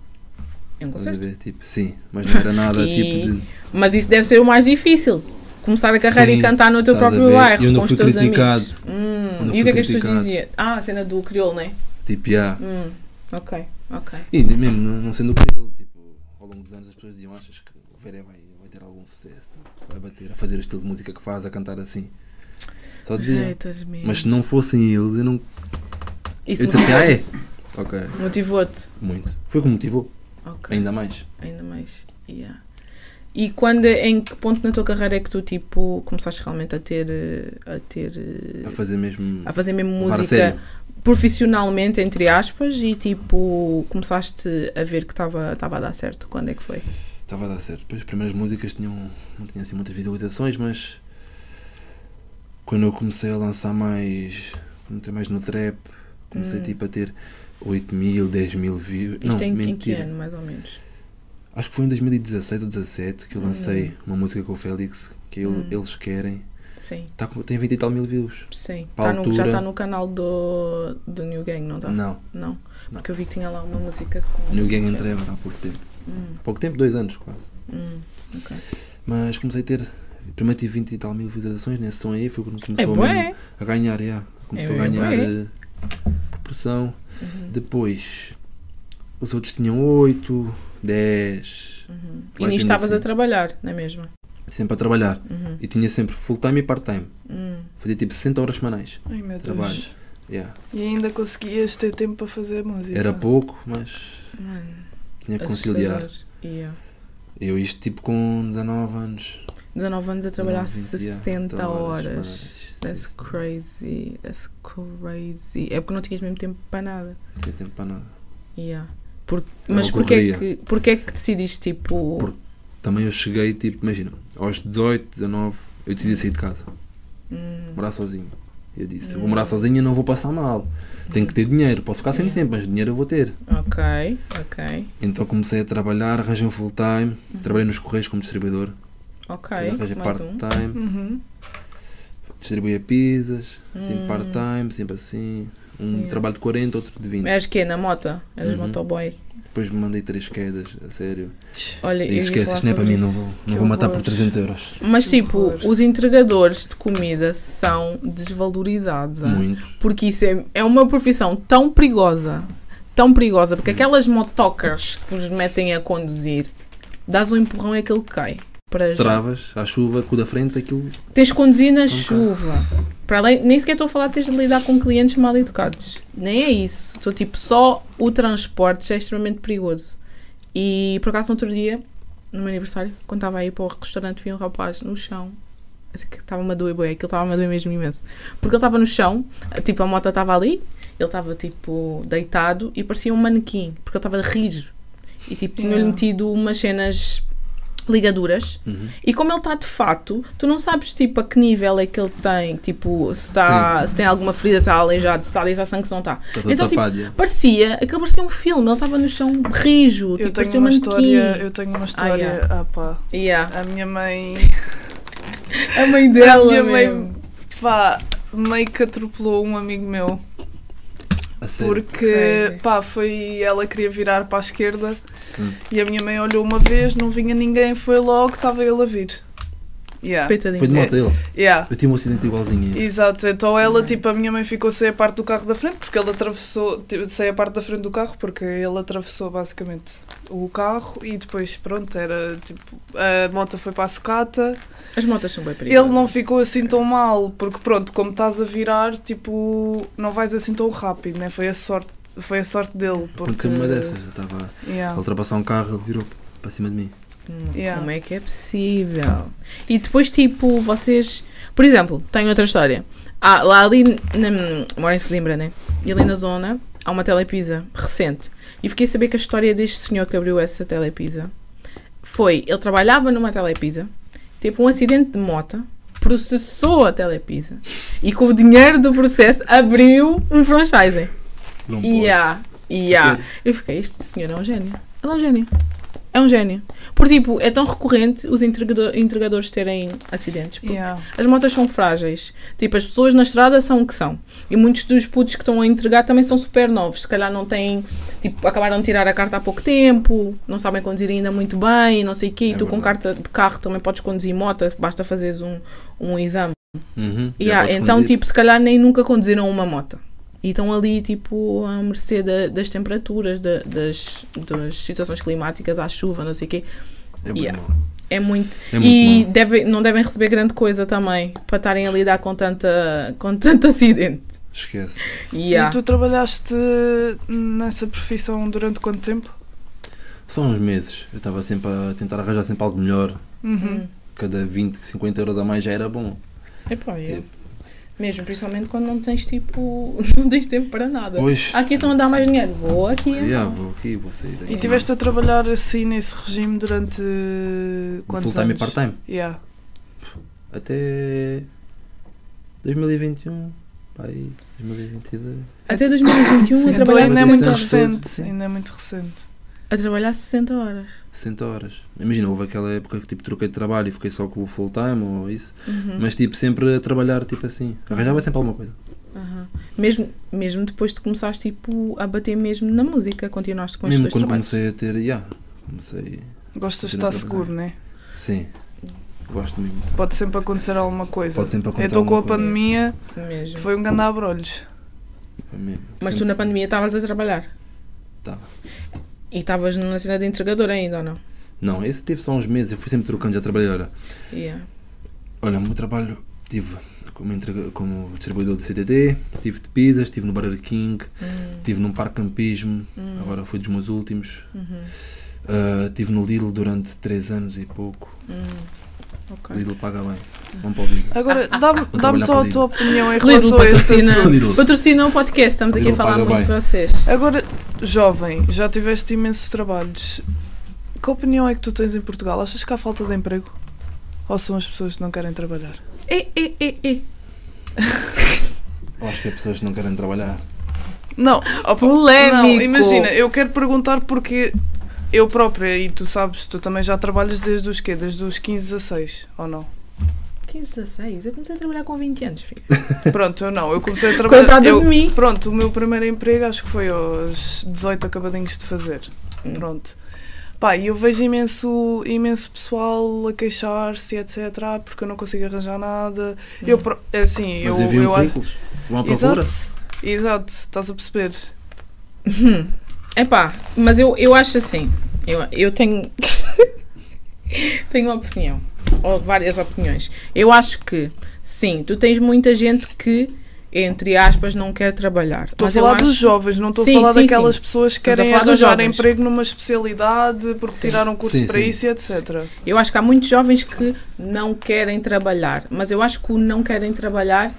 S2: É um
S3: Estás a
S2: concerto?
S3: ver? Tipo, sim, mas não
S2: *laughs*
S3: era nada
S2: E-
S3: tipo de.
S2: Mas isso deve ser o mais difícil. Começar a carreira
S3: Sim,
S2: e cantar no teu
S3: estás a
S2: próprio
S3: ver?
S2: bairro,
S3: E onde
S2: com
S3: eu
S2: os
S3: fui
S2: teus
S3: criticado.
S2: amigos. Hum,
S3: Onde eu
S2: e o que
S3: fui
S2: é que as pessoas
S3: criticado.
S2: diziam? Ah, a cena do crioulo, né?
S3: Tipo, yeah.
S2: Hum, ok, ok.
S3: E mesmo não não sendo crioulo, tipo, ao longo dos anos as pessoas diziam, achas que o Veré vai, vai ter algum sucesso, tá? vai bater, a fazer o estilo de música que faz, a cantar assim. Só diziam.
S2: Jeitas mesmo.
S3: Mas se não fossem eles, eu não.
S2: Isso
S3: Eu disse assim, ah é?
S2: motivou-te?
S3: Ok,
S2: Motivou-te.
S3: muito. Foi o que me motivou.
S2: Ok.
S3: ainda mais.
S2: Ainda mais. Yeah. E quando, em que ponto na tua carreira é que tu, tipo, começaste realmente a ter, eh, a ter, eh,
S3: A fazer mesmo.
S2: a fazer mesmo
S3: levar a
S2: música
S3: sério.
S2: profissionalmente, entre aspas, e, tipo, começaste a ver que estava estava a dar certo? Quando é que foi?
S3: Estava a dar certo. Depois, as primeiras músicas tinham, não tinham assim muitas visualizações, mas quando eu comecei a lançar mais. Quando entrei mais no trap, comecei tipo a ter 8 mil, 10 mil views.
S2: Hum. Isto é
S3: não,
S2: em, em que
S3: mentira.
S2: ano, mais ou menos?
S3: Acho que foi em 2016 ou 2017 que eu lancei uma música com o Félix, que ele-
S2: Hum.
S3: eles querem.
S2: Sim,
S3: Tá com- tem 20 e tal mil views.
S2: sim.
S3: Para
S2: Tá
S3: a
S2: no, já
S3: altura-
S2: está no canal do, do New Gang, não está?
S3: Não,
S2: Não. Porque eu vi que tinha lá uma música com.
S3: New Gang em Trevor há pouco tempo. Há pouco tempo, dois anos quase.
S2: Hum, ok.
S3: Mas comecei a ter. Primeiro tive 20 e tal mil visualizações nesse som aí, foi quando começou
S2: É bué.
S3: mesmo a ganhar, yeah. começou
S2: É
S3: a ganhar
S2: bué.
S3: eh, proporção.
S2: Uhum,
S3: Depois os outros tinham 8, 10,
S2: uhum. E
S3: Vai
S2: nisto
S3: tendo
S2: estavas
S3: assim.
S2: a trabalhar, não é mesmo?
S3: sempre a trabalhar.
S2: Uhum.
S3: E tinha sempre full time e part time.
S2: Hum.
S3: Fazia tipo 60 horas semanais.
S4: Ai meu Deus.
S3: Trabalho. Yeah.
S4: E ainda conseguias ter tempo para fazer música.
S3: Era pouco, mas
S2: Mano,
S3: tinha que É conciliar.
S2: assustador. Yeah.
S3: Eu isto tipo com 19 anos.
S2: 19 anos a trabalhar
S3: 19, 20,
S2: 60
S3: yeah,
S2: horas.
S3: mas,
S2: That's
S3: sim, sim.
S2: crazy. That's crazy. É porque não tinhas mesmo tempo para nada.
S3: Não tinha tempo para nada.
S2: Yeah. Por-
S3: É uma
S2: mas porquê
S3: correria.
S2: que, porquê é que decidiste, tipo.
S3: Porque- Também eu cheguei, tipo, imagina, aos 18, 19, eu decidi sair de casa,
S2: Hum,
S3: morar sozinho. Eu disse, vou morar sozinho e não vou passar mal. Tenho que ter dinheiro, posso ficar sem
S2: Yeah.
S3: tempo, mas dinheiro eu vou ter.
S2: ok, ok,
S3: Então comecei a trabalhar, arranjei um full time, trabalhei nos Correios como distribuidor, depois
S2: ok.
S3: arranjei
S2: Uhum. Mais um.
S3: part-time,
S4: Uhum.
S3: distribuía pizzas, assim
S2: Hum.
S3: part-time, sempre assim. Um
S2: Yeah.
S3: trabalho de 40, outro de 20.
S2: Eras que Na moto? Eras
S3: Uhum.
S2: motoboy?
S3: Depois me mandei três quedas, a sério.
S2: Olha, eu
S3: E
S2: ia
S3: esquece,
S2: falar
S3: isto não é para
S2: sobre
S3: mim, não
S2: isso.
S3: vou,
S4: Que
S3: não vou matar por
S4: horror.
S3: 300 euros.
S2: Mas tipo,
S4: horror.
S2: os entregadores de comida são desvalorizados. ah?
S3: Muito.
S2: Porque isso é, é uma profissão tão perigosa, tão perigosa,
S3: Uhum.
S2: porque aquelas motocas que vos metem a conduzir, dás um empurrão e aquilo cai. Para já.
S3: Travas, à chuva, cu da frente, aquilo
S2: Tens de conduzir na chuva. Para além, nem sequer estou a falar de teres de lidar com clientes mal educados. Nem é isso. Estou tipo, só o transporte já é extremamente perigoso. E por acaso, no outro dia, no meu aniversário, quando estava aí para o restaurante, vi um rapaz no chão. assim, que Estava-me a doer, boi, aquilo estava-me a doer mesmo imenso. Porque ele estava no chão, tipo, a moto estava ali, ele estava tipo deitado e parecia um manequim, porque ele estava a rir. E tipo, tinham-lhe
S4: Yeah.
S2: metido umas cenas ligaduras.
S3: Uhum.
S2: E como ele está de fato, tu não sabes tipo a que nível é que ele tem, tipo, se, tá, se tem alguma ferida, está aleijado, se está aleijado sangue, se não está.
S3: está todo tapado. yeah.
S2: parecia, aquilo parecia um filme, ele estava no chão rijo,
S4: Eu
S2: tipo,
S4: tenho
S2: parecia um
S4: uma
S2: manequim.
S4: história, eu tenho uma história, ah, pá,
S2: Yeah.
S4: a
S2: *laughs*
S4: minha mãe,
S2: A mãe
S4: *laughs* a
S2: dela
S4: minha mãe,
S2: mesmo.
S4: pá, meio que atropelou um amigo meu,
S3: A sério.
S4: porque,
S2: Crazy.
S4: pá, foi, ela queria virar para a esquerda,
S3: Hum.
S4: e a minha mãe olhou uma vez, não vinha ninguém, foi logo, estava ele a vir, yeah,
S2: Coitadinho.
S3: Foi de moto ele.
S4: yeah.
S3: Eu tive um acidente igualzinho a esse.
S4: Exato, então ela, tipo, a minha mãe ficou sem a parte do carro da frente, porque ele atravessou, tipo, sem a parte da frente do carro, porque ele atravessou basicamente o carro e depois, pronto, era tipo, a moto foi para a sucata.
S2: As motas são bem perigosas.
S4: Ele não ficou assim tão mal, porque pronto, como estás a virar, tipo, não vais assim tão rápido, né? Foi a sorte, foi a sorte dele, porque.
S3: Aconteceu uma dessas, eu estava a
S4: Yeah.
S3: ultrapassar um carro, ele virou para cima de mim. um
S2: Hum,
S4: Yeah.
S2: Como é que é possível? E depois, tipo, vocês. Por exemplo, tenho outra história. Ah, lá ali. Na... Moro em Sesimbra, né? E ali na zona há uma telepisa recente. E fiquei a saber que a história deste senhor que abriu essa telepisa foi: ele trabalhava numa telepisa, teve um acidente de moto, processou a telepisa e com o dinheiro do processo abriu um franchising.
S3: Não
S2: Yeah, yeah.
S3: sério?
S2: Eu fiquei, este senhor é um gênio. Ele é um gênio. É um gênio. Por tipo, é tão recorrente os entregado- entregadores terem acidentes. porque
S4: Yeah.
S2: As motas são frágeis. Tipo, as pessoas na estrada são o que são. E muitos dos putos que estão a entregar também são super novos. Se calhar não têm. Tipo, acabaram de tirar a carta há pouco tempo, não sabem conduzir ainda muito bem, não sei o quê. E
S3: É
S2: tu com
S3: verdade.
S2: carta de carro também podes conduzir moto, basta fazeres um, um exame.
S3: Uhum. Já
S2: Yeah,
S3: podes
S2: então,
S3: conduzir.
S2: tipo, se calhar nem nunca conduziram uma moto. E estão ali, tipo, à mercê da- das temperaturas, da- das, das situações climáticas, à chuva, não sei o quê.
S3: É bem
S2: yeah.
S3: mau.
S2: É muito.
S3: É muito
S2: e
S3: mau.
S2: devem- não devem receber grande coisa também para estarem a lidar com, tanta, com tanto *laughs* acidente.
S3: Esquece.
S2: Yeah.
S4: E tu trabalhaste nessa profissão durante quanto tempo?
S3: Só uns meses. Eu estava sempre a tentar arranjar sempre algo melhor.
S4: Uhum.
S3: Cada 20, 50 euros a mais já era bom.
S2: Epá, é.
S3: Tipo.
S2: Mesmo, principalmente quando não tens tipo. *laughs* não tens tempo para nada.
S3: Pois.
S2: Aqui estão a dar mais dinheiro. Vou aqui.
S3: Yeah, vou aqui, vou sair
S4: E
S3: daqui.
S4: tiveste a trabalhar assim nesse regime durante quantos
S3: Full-time e
S4: anos?
S3: part-time.
S4: Yeah.
S3: Até 2021. Pá, aí, 2022.
S2: Até 2021
S4: Sim,
S2: a
S4: então
S2: trabalhar
S4: ainda é muito
S2: 60
S3: horas.
S4: recente.
S3: Sim.
S4: Ainda é muito recente.
S2: A trabalhar 60 horas.
S3: 60 horas. Imagina, houve aquela época que tipo troquei de trabalho e fiquei só com o full time ou isso.
S2: Uhum,
S3: Mas tipo sempre a trabalhar tipo assim. Arranjava sempre alguma coisa.
S2: aham. Mesmo, mesmo depois de começares tipo, a bater mesmo na música, continuaste com os
S3: Mesmo
S2: teus
S3: quando
S2: trabalhos.
S3: comecei a ter. Yeah, comecei.
S4: Gostas de
S3: Ainda
S4: estar seguro,
S3: trabalhar.
S4: não é?
S3: Sim. Gosto mesmo.
S4: Pode sempre acontecer alguma coisa.
S3: Pode sempre
S4: Eu
S3: acontecer.
S4: estou com a
S3: alguma coisa.
S4: pandemia,
S2: Mesmo.
S4: foi um grande abrolhos.
S3: Foi mesmo.
S2: Mas
S3: Sim.
S2: tu na pandemia estavas a trabalhar.
S3: Tava.
S2: E estavas na cena de entregador ainda, ou não?
S3: Não, esse teve só uns meses. Eu fui sempre trocando já trabalhadora.
S2: Yeah.
S3: Olha, o meu trabalho tive como, entrega- como distribuidor de CDD, tive de pizzas, estive no Burger King,
S2: Hum.
S3: estive num parque campismo, agora foi dos meus últimos.
S2: Uhum.
S3: estive no Lidl durante 3 anos e pouco.
S2: Hum. Ok.
S3: Lidl paga bem. Vamos para o Lidl.
S4: Agora, dá-me dá-me
S3: trabalhar
S4: só
S3: para
S4: a tua opinião em
S2: Lidl
S4: relação a assim. este
S2: patrocina,
S4: assunto.
S3: Lidl.
S2: patrocina o podcast, estamos aqui a
S3: Lidl
S2: falar
S3: paga
S2: muito de
S3: bem.
S2: vocês.
S4: Agora, jovem, já tiveste imensos trabalhos. Que opinião é que tu tens em Portugal? Achas que há falta de emprego? Ou são as pessoas que não querem trabalhar?
S2: Ei, ei, ei, ei.
S3: Eu acho que as pessoas não querem trabalhar.
S4: Não, opa,
S2: Polémico.
S4: não, imagina, eu quero perguntar porque eu própria, e tu sabes, tu também já trabalhas desde os quê? Desde os 15, 16, ou não?
S2: 15, 16. Eu comecei a trabalhar com 20 anos, filho.
S4: Pronto, eu não, eu comecei a trabalhar...
S2: Coitada
S4: eu-
S2: de mim.
S4: Pronto, o meu primeiro emprego acho que foi aos 18 acabadinhos de fazer.
S3: Hum.
S4: Pronto. Pá, e eu vejo imenso, imenso pessoal a queixar-se, etc. "Ah, Porque eu não consigo arranjar nada.
S2: Hum.
S4: Eu, pro- assim,
S3: Mas
S4: eu,
S3: enviam
S4: eu
S3: currículos. Vão à procura.
S4: Exato, exato, estás a perceber.
S2: Hum. Epá, mas eu, eu acho assim. Eu, eu tenho. *laughs* tenho uma opinião. Ou várias opiniões. Eu acho que, sim, tu tens muita gente que, entre aspas, não quer trabalhar.
S4: Estou a
S2: Mas eu
S4: falar dos
S2: acho-
S4: jovens, não estou a
S2: Sim,
S4: falar
S2: sim,
S4: daquelas
S2: sim.
S4: pessoas que
S2: Estamos a
S4: querem
S2: falar dos
S4: arranjar
S2: jovens.
S4: emprego numa especialidade porque
S2: Sim.
S4: tiraram curso
S3: Sim,
S4: para
S3: sim.
S4: isso e etc.
S2: Eu acho que há muitos jovens que não querem trabalhar, mas eu acho que o não querem trabalhar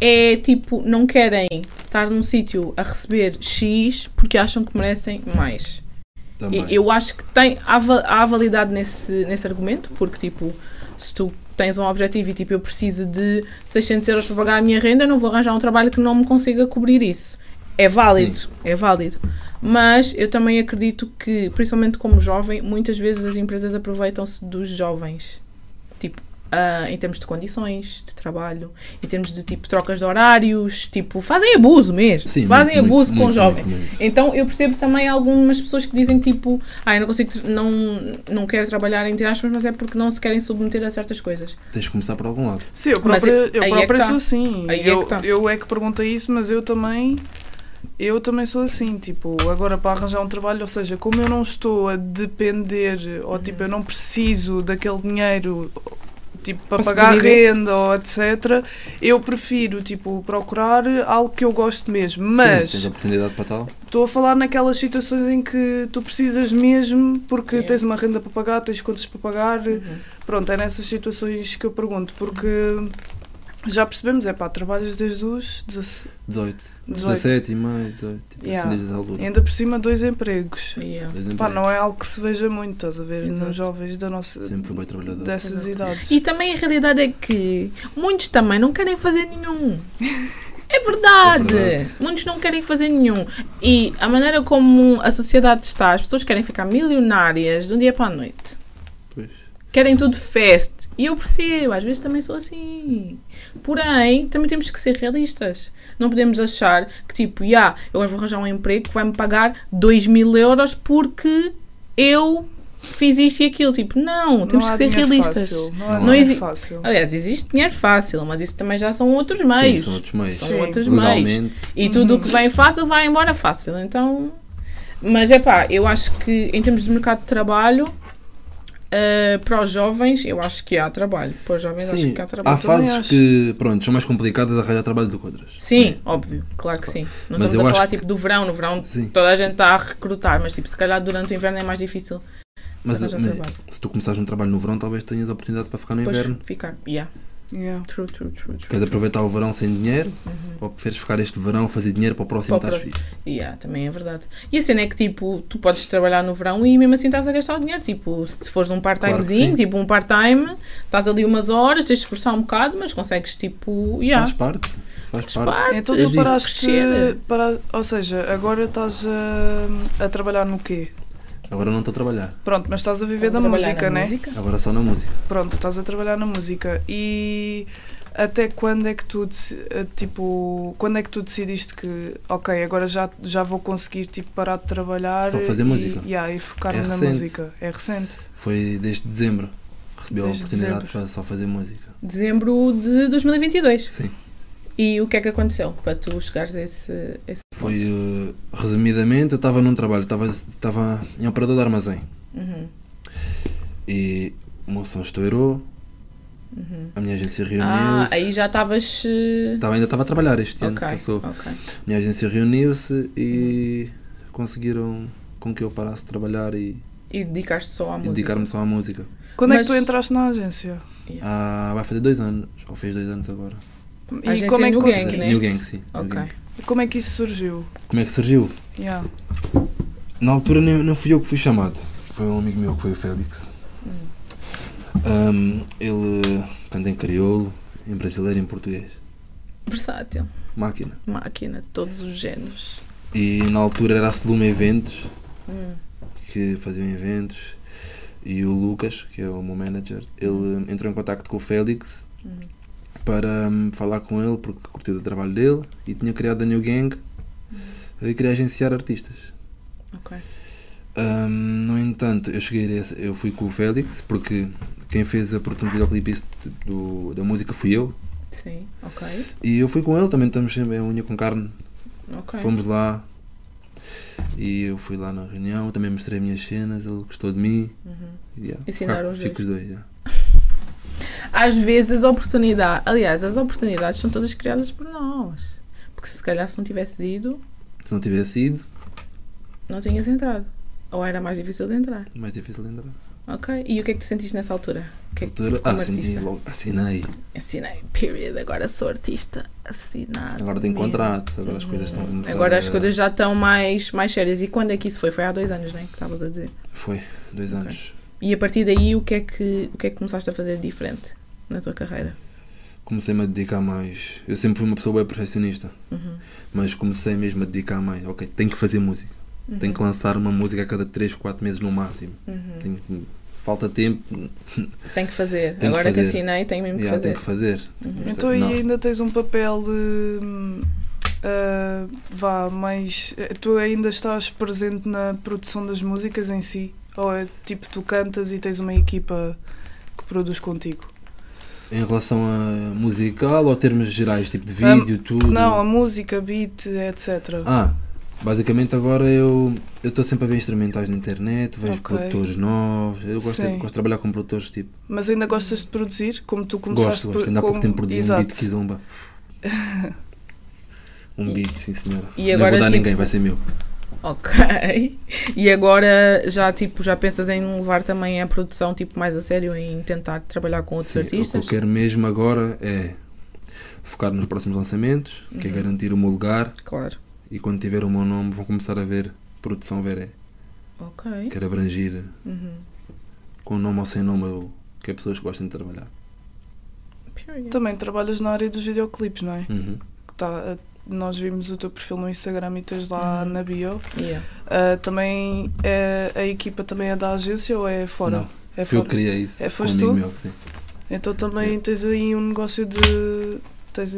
S2: é tipo, não querem estar num sítio a receber X porque acham que merecem mais. E-
S3: Também.
S2: Eu acho que tem, há, va- há validade nesse, nesse argumento, porque tipo, se tu tens um objetivo e tipo, eu preciso de 600 euros para pagar a minha renda, eu não vou arranjar um trabalho que não me consiga cobrir isso. É válido,
S3: Sim.
S2: é válido. Mas eu também acredito que, principalmente como jovem, muitas vezes as empresas aproveitam-se dos jovens. Tipo, ah, em termos de condições de trabalho, em termos de tipo trocas de horários, tipo, fazem abuso mesmo.
S3: Sim,
S2: fazem
S3: muito,
S2: abuso
S3: muito,
S2: com o
S3: muito,
S2: jovem.
S3: muito, muito.
S2: Então eu percebo também algumas pessoas que dizem tipo, ah, eu não consigo, tra- não, não quero trabalhar entre aspas, mas é porque não se querem submeter a certas coisas.
S3: Tens de começar por algum lado.
S4: Sim, eu
S2: Mas
S4: própria,
S2: aí-
S4: eu
S2: aí é
S4: própria
S2: que tá.
S4: sou assim.
S2: Aí é
S4: eu,
S2: que tá.
S4: eu é que perguntei isso, mas eu também eu também sou assim, tipo, agora para arranjar um trabalho, ou seja, como eu não estou a depender,
S2: Uhum.
S4: ou tipo, eu não preciso daquele dinheiro tipo para
S2: Para se
S4: pagar a
S2: poder viver.
S4: renda ou etc, eu prefiro tipo procurar algo que eu gosto mesmo, mas
S3: Sim, se tens oportunidade para tal.
S4: Estou a falar naquelas situações em que tu precisas mesmo porque
S2: Yeah. Uhum.
S4: tens uma renda para pagar, tens contas para pagar. Pronto, é nessas situações que eu pergunto, porque já percebemos, é pá, trabalhas desde os 16,
S3: 18.
S4: 18.
S3: 17 e meio, 18. Tipo
S4: Yeah.
S3: assim desde a altura.
S4: e ainda por cima dois empregos.
S2: Yeah.
S3: Desde
S4: Pá,
S3: então,
S4: não é algo que se veja muito, estás a ver,
S2: Exato. um
S4: nos jovens da nossa,
S3: é. Sempre fui bem trabalhador.
S4: dessas idades.
S2: E também a realidade é que muitos também não querem fazer nenhum. É verdade.
S3: É verdade.
S2: Muitos não querem fazer nenhum. E a maneira como a sociedade está, as pessoas querem ficar milionárias de um dia para a noite.
S3: Pois.
S2: Querem tudo fast. E eu percebo, às vezes também sou assim. Porém, também temos que ser realistas. Não podemos achar que, tipo, yeah, eu vou arranjar um emprego que vai me pagar 2 mil euros porque eu fiz isto e aquilo. Tipo, não, temos
S4: há
S2: que ser
S4: dinheiro
S2: realistas.
S4: Fácil, não,
S3: Não
S4: há
S3: há.
S2: Não
S4: dinheiro
S2: exi-
S4: fácil.
S2: Aliás, existe dinheiro fácil, mas isso também já são outros meios.
S3: Sim, são outros meios.
S2: São
S4: Sim.
S2: outros meios.
S3: Legalmente.
S2: E tudo o que vem fácil vai embora fácil. Então. Mas é pá, eu acho que em termos de mercado de trabalho, Ah, para os jovens, eu acho que há trabalho. Para os jovens, acho
S3: Sim,
S2: que há trabalho.
S3: há fases
S4: acho.
S3: que, pronto, são mais complicadas de arranjar trabalho do que outras.
S2: Sim, óbvio, claro que sim. Não
S3: Mas eu
S2: estamos a
S3: acho
S2: falar
S3: que-
S2: tipo do verão, no verão
S3: Sim.
S2: toda a gente está a recrutar, mas tipo, se calhar durante o inverno é mais difícil
S3: Mas,
S2: arranjar
S3: mas
S2: trabalho.
S3: se tu começares um trabalho no verão, talvez tenhas a oportunidade para ficar no
S2: depois
S3: inverno.
S2: ficar. Yeah.
S4: Yeah.
S2: True, true, true, true.
S3: Queres aproveitar o verão sem dinheiro? Ou preferes ficar este verão, fazer dinheiro para o próximo
S2: Para o
S3: estás fixe?
S2: Yeah, também é verdade. E a cena é que tipo, tu podes trabalhar no verão e mesmo assim estás a gastar o dinheiro. Tipo, se fores num part-timezinho,
S3: Claro que sim.
S2: tipo um part-time, estás ali umas horas, tens de esforçar um bocado, mas consegues tipo. Yeah,
S3: Faz parte. Faz
S2: faz
S3: parte.
S2: parte,
S4: Então
S2: és
S4: tu
S2: Ah, de
S4: paraste.
S2: crescer. né?
S4: Para, ou seja, agora estás a, a trabalhar no quê?
S3: Agora não estou a trabalhar.
S4: Pronto, mas estás a viver da
S2: Trabalhar
S4: música,
S2: na
S4: né?
S2: música.
S3: Agora só na música.
S4: Pronto, estás a trabalhar na música. E até quando é que tu deci- eh, tipo, quando é que tu decidiste que ok, agora já, já vou conseguir tipo, parar de trabalhar
S3: Só fazer
S4: e,
S3: música.
S4: yeah, e focar-me
S3: É
S4: na
S3: recente.
S4: música. É recente.
S3: Foi desde dezembro. Recebi
S4: Desde
S3: a oportunidade
S4: dezembro.
S3: para só fazer música.
S2: Dezembro de 2022.
S3: Sim.
S2: E o que é que aconteceu para tu chegares a esse, esse
S3: Foi,
S2: ponto?
S3: eh, resumidamente, eu estava num trabalho, estava- estava em operador de armazém.
S2: Uhum.
S3: E o meu som estourou,
S2: Uhum.
S3: a minha agência
S2: Ah,
S3: reuniu-se.
S2: aí já estavas. eh,
S3: Estava- ainda estava a trabalhar este ano que
S2: ok, Oh.
S3: passou.
S2: ok.
S3: A minha agência reuniu-se e conseguiram com que eu parasse de trabalhar e
S2: E dedicaste só à música.
S3: dedicar-me só à música.
S4: Quando
S2: Mas-
S4: é que tu entraste na agência?
S3: Ah, vai fazer dois anos, ou fez dois anos agora.
S4: E
S2: Agência
S4: como é que
S2: New Gang,
S4: conseguiste?
S2: né?
S3: New Gang, sim. New
S2: Ok.
S3: Gang.
S4: Como é que isso surgiu?
S3: Como é que surgiu?
S4: Yeah.
S3: Na altura nem- não fui eu que fui chamado, foi um amigo meu que foi o Félix. Ahm, ele canta em crioulo, em brasileiro e em português.
S2: Versátil.
S3: Máquina.
S2: Máquina, todos os géneros.
S3: E na altura era a Seluma Eventos,
S2: Hum.
S3: que faziam eventos. E o Lucas, que é o meu manager, ele hum, entrou em contacto com o Félix
S2: Hum,
S3: para hum, falar com ele, porque curtiu o trabalho dele e tinha criado a New Gang e queria agenciar artistas.
S2: Ok.
S3: Hum, no entanto, eu cheguei a esse- eu fui com o Félix, porque quem fez a produção do videoclipe isso do- da música fui eu.
S2: Sim, ok.
S3: E eu fui com ele, também estamos sempre em unha com carne.
S2: Ok.
S3: Fomos lá e eu fui lá na reunião, também mostrei as minhas cenas, ele gostou de mim.
S2: Uhum.
S3: e, Yeah,
S2: Ensinaram os
S3: fico com os dois. yeah.
S2: Às vezes, oportunidade. Aliás, as oportunidades são todas criadas por nós. Porque se calhar se não tivesse ido,
S3: Se não tivesse ido,
S2: não tinhas entrado. Ou era mais difícil de entrar.
S3: mais difícil de entrar.
S2: Ok. E o que é que tu sentiste nessa altura? O Que é que tu,
S3: Altura, ah,
S2: como
S3: senti
S2: artista?
S3: logo, assinei.
S2: Assinei, period. Agora sou artista. Assinado.
S3: Agora tem
S2: mesmo.
S3: contrato, agora as coisas estão a começar
S2: Ah, Agora
S3: a-
S2: as coisas já estão mais, mais sérias. E quando é que isso foi? Foi há dois anos, né? Que estavas a dizer.
S3: Foi, dois anos.
S2: E a partir daí, o que é que, o que, é que começaste a fazer de diferente na tua carreira?
S3: Comecei-me a dedicar mais. Eu sempre fui uma pessoa bem perfeccionista,
S2: Uhum.
S3: mas comecei mesmo a dedicar mais. Ok, tenho que fazer música. Tenho que lançar uma música a cada 3, 4 meses no máximo.
S2: Uhum.
S3: Tenho que- falta tempo,
S2: Tenho que fazer.
S3: Tenho que
S2: Agora que,
S3: fazer.
S2: assinei, tenho mesmo que
S3: yeah,
S2: fazer. Uhum.
S3: tenho que fazer.
S4: Então aí
S3: Não.
S4: ainda tens um papel hum, ah, vá, mas eh, tu ainda estás presente na produção das músicas em si? Ou é tipo tu cantas e tens uma equipa que produz contigo?
S3: Em relação a musical ou termos gerais, tipo de vídeo, tudo?
S4: Não, a música, beat, etc.
S3: Ah, basicamente agora eu eu estou sempre a ver instrumentais na internet, vejo
S4: Ok.
S3: produtores novos. Eu gosto de,
S4: Sim.
S3: gosto de trabalhar com produtores tipo.
S4: Mas ainda gostas de produzir? Como tu
S3: Gosto,
S4: começaste
S3: gosto.
S4: por-
S3: Ainda há pouco
S4: como-
S3: tempo produzi um
S4: Exato.
S3: beat que
S4: *laughs*
S3: zomba. Um beat, sim senhora.
S2: e
S3: Não
S2: agora,
S3: vou dar a
S2: tipo,
S3: ninguém, vai ser meu.
S2: Ok. *laughs* E agora já, tipo, já pensas em levar também a produção tipo, mais a sério, em tentar trabalhar com outros
S3: Sim, O que eu
S2: artistas?
S3: quero mesmo agora é focar nos próximos lançamentos, que
S4: Uhum.
S3: é garantir o meu lugar
S2: Claro.
S3: e quando tiver o meu nome vão começar a ver produção veré.
S2: Ok.
S3: Quero abrangir
S2: Uhum.
S3: com nome ou sem nome eu quero pessoas que gostem de trabalhar.
S2: Period.
S4: Também trabalhas na área dos videoclipes, não é?
S3: Uhum.
S4: Que tá- nós vimos o teu perfil no Instagram e tens lá
S3: Uhum.
S4: na bio.
S2: Yeah.
S4: Ah, também é, a equipa também é da agência ou é fora?
S3: Não,
S4: é
S3: Fui eu
S4: fora.
S3: que criei isso.
S4: É,
S3: com um
S4: foste
S3: amigo
S4: tu?
S3: meu, sim.
S4: Então também tens aí um negócio de. Tens,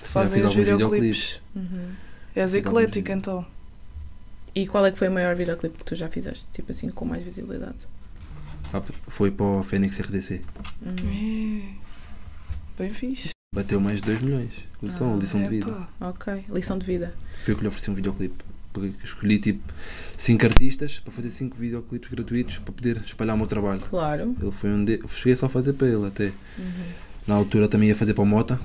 S4: fazem
S3: fiz
S4: os
S3: alguns
S4: videoclipes.
S2: Uhum.
S4: És
S3: Fiz alguns
S4: eclética então.
S2: E qual é que foi o maior videoclipe que tu já fizeste? Tipo assim, com mais visibilidade?
S3: Ah, Foi para o Fênix RDC.
S2: Uhum.
S3: Hum.
S4: É. Bem fixe. Ah, É,
S3: Bateu mais de 2 milhões. O som, a lição de vida.
S4: Epá.
S2: Ok. Lição de vida.
S3: Foi eu que lhe ofereci um videoclipe. peguei- escolhi tipo cinco artistas para fazer cinco videoclipes gratuitos para poder espalhar o meu trabalho.
S2: Claro.
S3: Ele foi um de... Cheguei só a fazer para ele até.
S2: Uhum.
S3: Na altura também ia fazer para o Mota,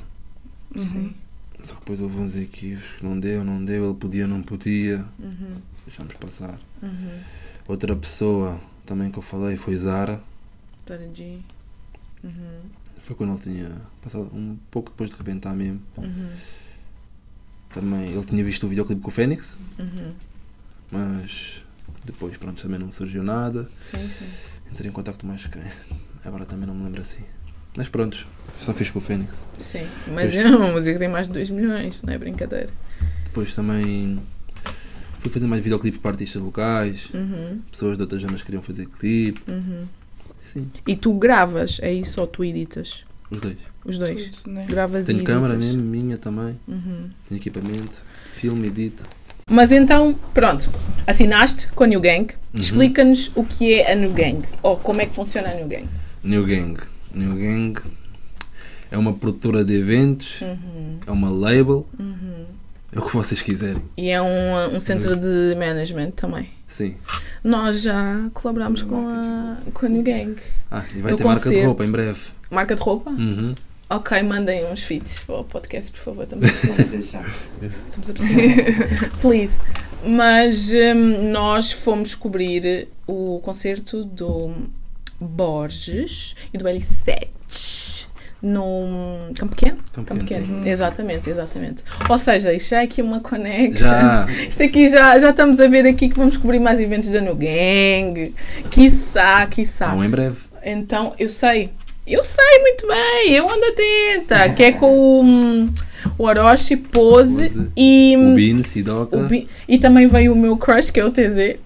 S2: Sim.
S3: só que depois houve uns equívocos que não deu, não deu, ele podia, não podia.
S2: Uhum.
S3: Deixamos passar.
S2: Uhum.
S3: Outra pessoa também que eu falei foi Zara.
S2: Tony G. Uhum.
S3: Foi quando ele tinha passado um pouco depois de rebentar mesmo.
S2: Uhum.
S3: Também ele tinha visto o videoclipe com o Fênix,
S2: Uhum.
S3: mas depois pronto também não surgiu nada.
S2: Sim, sim.
S3: Entrei em contato mais quem? Agora também não me lembro assim. Mas pronto, só fiz com o Fênix.
S2: Sim. Mas
S3: Pois.
S2: é uma música que tem mais de 2 milhões, não é brincadeira.
S3: Depois também fui fazer mais videoclipes para artistas locais,
S2: Uhum.
S3: pessoas de outras zonas queriam fazer clipe.
S2: Uhum.
S3: Sim,
S2: E tu gravas, é isso, ou tu editas?
S3: os dois.
S2: Os dois.
S4: Tudo, né?
S2: Gravas e
S3: Tenho
S2: editas.
S3: câmera mesmo, minha também,
S2: Uhum.
S3: tenho equipamento, filme, edito.
S2: Mas então, pronto, assinaste com a New Gang.
S3: Uhum.
S2: Explica-nos o que é a New Gang ou como é que funciona a New Gang.
S3: New Gang. New Gang é uma produtora de eventos,
S2: Uhum.
S3: é uma label, é o que vocês quiserem.
S2: E é um, um centro de management também.
S3: Sim.
S2: Nós já colaborámos com a, com a New Gang.
S3: Ah, e vai
S2: No
S3: ter marca de
S2: concerto.
S3: roupa em breve.
S2: Marca de roupa? *laughs*
S3: Uhum.
S2: Ok, mandem uns feeds para o podcast, por favor.
S3: *laughs*
S2: Estamos a precisar. Estamos a precisar. Please. Mas hum, nós fomos cobrir o concerto do Borges e do L7 no Campo Pequeno?
S3: Campo
S2: Campo
S3: Pequeno,
S2: Pequeno. Exatamente, exatamente. Ou seja, isto é aqui uma connection.
S3: Já.
S2: *laughs* Isto aqui já, já estamos a ver aqui que vamos cobrir mais eventos da New Gang. Quiçá, quiçá.
S3: Não, em breve.
S2: Então, eu sei. Eu sei muito bem, eu ando atenta. Que é com hum, o Orochi, Pose,
S3: Pose,
S2: e. hum,
S3: O Bin, Sidoca.
S2: o Bi- E também veio o meu crush, que é o TZ.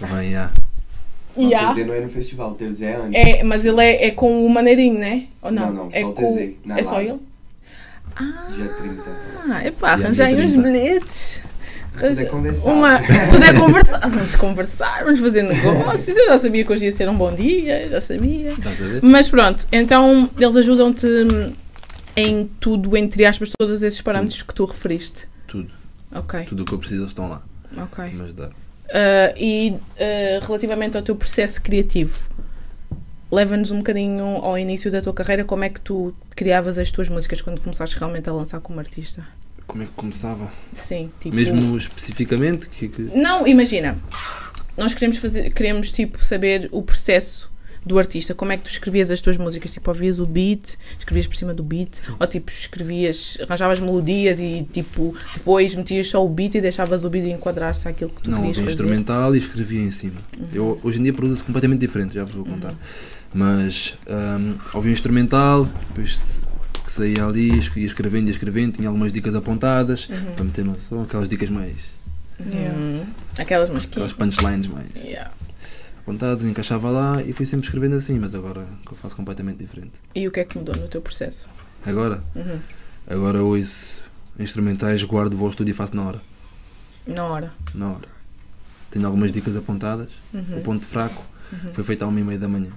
S3: Vai, já.
S2: E há-
S5: O TZ não é no festival, o TZ é antes.
S2: É, mas ele é, é com o Maneirinho, né? Ou não?
S5: Não, não,
S2: é
S5: só o
S2: com-
S5: TZ, na
S2: É só
S5: Lapa.
S2: ele? Ah,
S5: Dia 30.
S2: ah epá,
S3: dia
S2: arranjei uns
S3: 30.
S2: bilhetes.
S5: Tudo é conversar.
S2: Uma, tudo é conversar. Vamos conversar, vamos
S5: *laughs*
S2: fazer negócios. Eu já sabia que hoje ia ser um bom dia, já sabia.
S3: Estás a ver?
S2: Mas pronto, então eles ajudam-te em tudo, entre aspas, todos esses parâmetros que tu referiste.
S3: Tudo.
S2: Ok,
S3: Tudo o que eu preciso, eles estão lá.
S2: ok.
S3: Mas dá.
S2: Ah, e ah, relativamente ao teu processo criativo, leva-nos um bocadinho ao início da tua carreira, como é que tu criavas as tuas músicas quando começaste realmente a lançar como artista?
S3: Como é que começava?
S2: Sim, tipo.
S3: Mesmo especificamente? Que, é que...
S2: Não, imagina. Nós queremos fazer, queremos tipo saber o processo do artista, como é que tu escrevias as tuas músicas, tipo ouvias o beat, escrevias por cima do beat, ou tipo escrevias, arranjavas melodias e tipo depois metias só o beat e deixavas o beat enquadrar-se àquilo que tu
S3: Não,
S2: querias
S3: ouvi
S2: fazer. Uhum.
S3: instrumental e escrevia em cima. Eu hoje em dia produzo completamente diferente, já vos vou contar. Mas hum, ouvi um instrumental, depois se- que saía ali, es- ia escrevendo, ia escrevendo, tinha algumas dicas apontadas,
S2: Uhum.
S3: para meter no som, aquelas dicas mais,
S4: Yeah.
S2: Hum, aquelas
S3: aquelas
S2: masquinhas.
S3: punchlines mais
S2: Yeah.
S3: apontadas, encaixava lá e fui sempre escrevendo assim, mas agora que eu faço completamente diferente.
S2: E o que é que mudou no teu processo?
S3: Agora,
S2: Uhum.
S3: agora eu ouço instrumentais, guardo, vou ao estúdio e faço na hora,
S2: Na hora.
S3: na hora. Tenho algumas dicas apontadas,
S2: Uhum.
S3: o ponto fraco foi feito à uma e meia da manhã,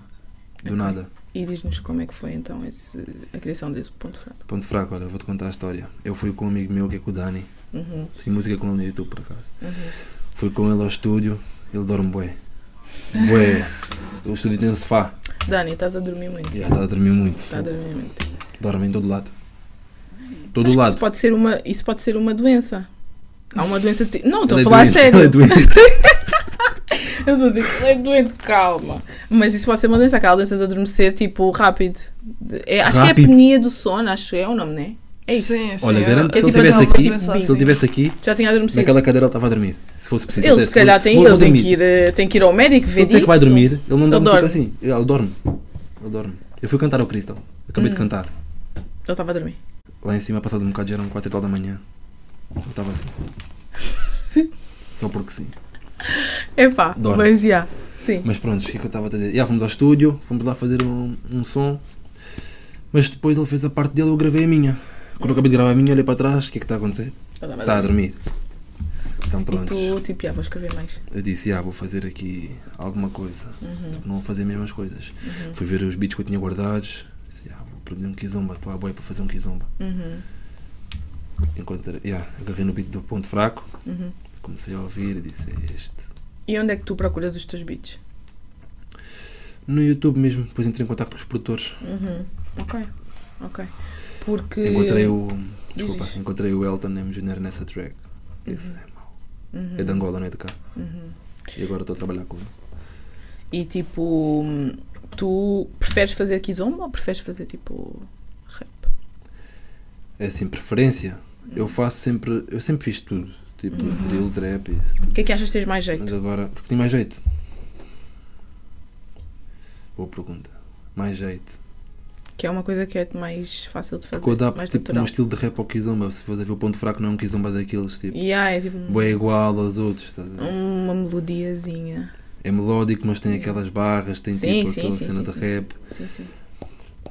S3: do nada.
S2: E diz-nos como é que foi então esse, a criação desse ponto fraco.
S3: Ponto fraco, olha, vou-te contar a história. Eu fui com um amigo meu que é com o Dani.
S2: Uhum.
S3: Tem música com ele no YouTube, por acaso. Fui com ele ao estúdio, ele dorme bué. Bué. O estúdio tem um sofá.
S2: Dani, estás a dormir muito.
S3: Já está a dormir muito.
S2: Estás a dormir muito.
S3: Dorme em todo lado. Todo
S2: Sabes que
S3: lado.
S2: Isso pode, ser uma, isso pode ser uma doença. Há uma doença. ti- Não, estou
S3: Ele
S2: a
S3: é
S2: falar a
S3: doente,
S2: sério.
S3: ele é doente.
S2: Eu estou a dizer que ele é doente, calma. Mas isso pode ser uma doença, aquela doença de adormecer tipo rápido. De- é- acho que é
S3: Rápido.
S2: apneia do sono, acho que é o nome, não é? É isso.
S4: Sim, sim.
S3: Olha,
S4: é-
S3: garanto que
S4: é
S3: se ele
S4: tipo
S3: estivesse
S4: aquela
S3: aqui,
S4: doença
S3: se ele
S4: assim.
S3: estivesse aqui,
S2: Já tinha adormecido.
S3: naquela cadeira ele estava a dormir. Se fosse preciso.
S2: Ele
S3: dissesse,
S2: se calhar
S3: vou-
S2: tem,
S3: vou-
S2: ele
S3: vou
S2: tem
S3: dormir.
S2: que, ir, eh, tem que ir ao médico
S3: Se ele
S2: ver
S3: disser que vai
S2: isso.
S3: dormir, ele não
S2: Ele
S3: dorme tipo
S2: dorme.
S3: assim. Ele dorme. Ele dorme. Eu fui cantar ao Crystal. Acabei
S2: Hum.
S3: de cantar.
S2: Ele estava a dormir.
S3: Lá em cima, passado um bocado, já eram 4 e tal da manhã. Eu
S2: *laughs*
S3: estava assim. Só porque sim.
S2: Epá,
S3: Dorme.
S2: mas já. Sim.
S3: Mas pronto, o que é que eu estava a dizer? Já fomos ao estúdio, fomos lá fazer um, um som. Mas depois ele fez a parte dele, eu gravei a minha. Quando eu acabei de gravar a minha, olhei para trás, o que é que está a acontecer?
S2: Ele estava
S3: Está
S2: a
S3: tá a
S2: dormir.
S3: dormir. Então
S2: E
S3: pronto,
S2: tu, tipo, já, vou escrever mais.
S3: eu disse, ah, vou fazer aqui alguma coisa. Só que não vou fazer as mesmas coisas. Fui ver os beats que eu tinha guardados. Disse, ah, vou perder um kizomba, para a boia para fazer um kizomba.
S2: Uhum.
S3: Encontrei, yeah, agarrei no beat do ponto fraco.
S2: Uhum.
S3: Começou comecei a ouvir e disse: "É este.
S2: E onde é que tu procuras os teus beats?
S3: No YouTube mesmo, depois entrei em contato com os produtores.
S2: Uhum. Ok, ok. Porque.
S3: Encontrei o. Desculpa,
S2: Diz, diz.
S3: encontrei o Elton M. Jr. nessa track. Isso é mau. É de Angola, não é de cá. E agora estou a trabalhar com ele.
S2: E tipo, tu preferes fazer kizomba ou preferes fazer tipo rap?
S3: É assim, preferência. Eu faço sempre. Eu sempre fiz tudo. Tipo, drill, trap, isso.
S2: O que é que achas que tens mais
S3: Mas
S2: jeito?
S3: agora, o que tem mais jeito? Boa pergunta. Mais jeito.
S2: Que é uma coisa que é mais fácil de fazer,
S3: Porque eu adapto
S2: mais
S3: tipo, um
S2: natural.
S3: estilo de rap ao Kizomba. Se fores a ver o ponto fraco, não é um Kizomba daqueles. Tipo,
S2: E Hum. yeah, é tipo
S3: bué igual aos outros. estás a ver?
S2: uma melodiazinha.
S3: É melódico, mas tem aquelas barras, tem
S2: Sim,
S3: tipo
S2: sim,
S3: aquela
S2: sim,
S3: cena
S2: sim,
S3: de
S2: sim,
S3: rap.
S2: Sim, sim.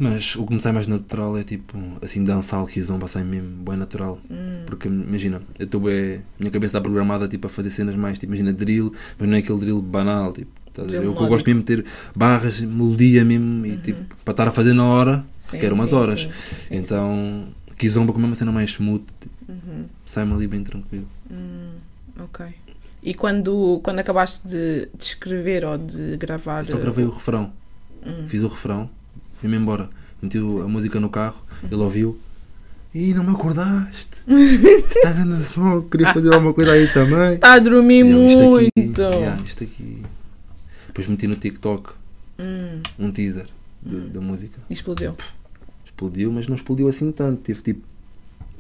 S3: Mas o que me sai mais natural é tipo, assim, dançar o Kizomba, sai mesmo, bem natural.
S2: Hum,
S3: Porque imagina, eu estou bem. Minha cabeça está programada tipo, a fazer cenas mais, tipo, imagina drill, mas não é aquele drill banal. Tipo, estás a ver?
S2: Drill
S3: eu, eu
S2: melódico. Uhum.
S3: gosto mesmo de ter barras, melodia mesmo, e tipo, para estar a fazer na hora,
S2: Sim,
S3: quero umas
S2: sim,
S3: horas.
S2: sim, sim.
S3: então, Kizomba, como é uma cena mais smooth, tipo,
S2: Uhum.
S3: sai-me ali bem tranquilo.
S2: Ok. E quando, quando acabaste de, de escrever ou de gravar.
S3: Eu só gravei o refrão.
S2: Hum.
S3: Fiz o refrão, fui-me embora. Meti o- a música no carro,
S2: Uhum.
S3: ele ouviu. E não
S2: *laughs*
S3: me acordaste? Está grande som, queria fazer alguma coisa aí também.
S2: Está Tá a dormir
S3: E eu, isto aqui,
S2: muito!
S3: yeah, isto aqui. Depois meti no TikTok
S2: Hum,
S3: um teaser de- da música.
S2: e explodiu.
S3: Explodiu, mas não explodiu assim tanto. Teve tipo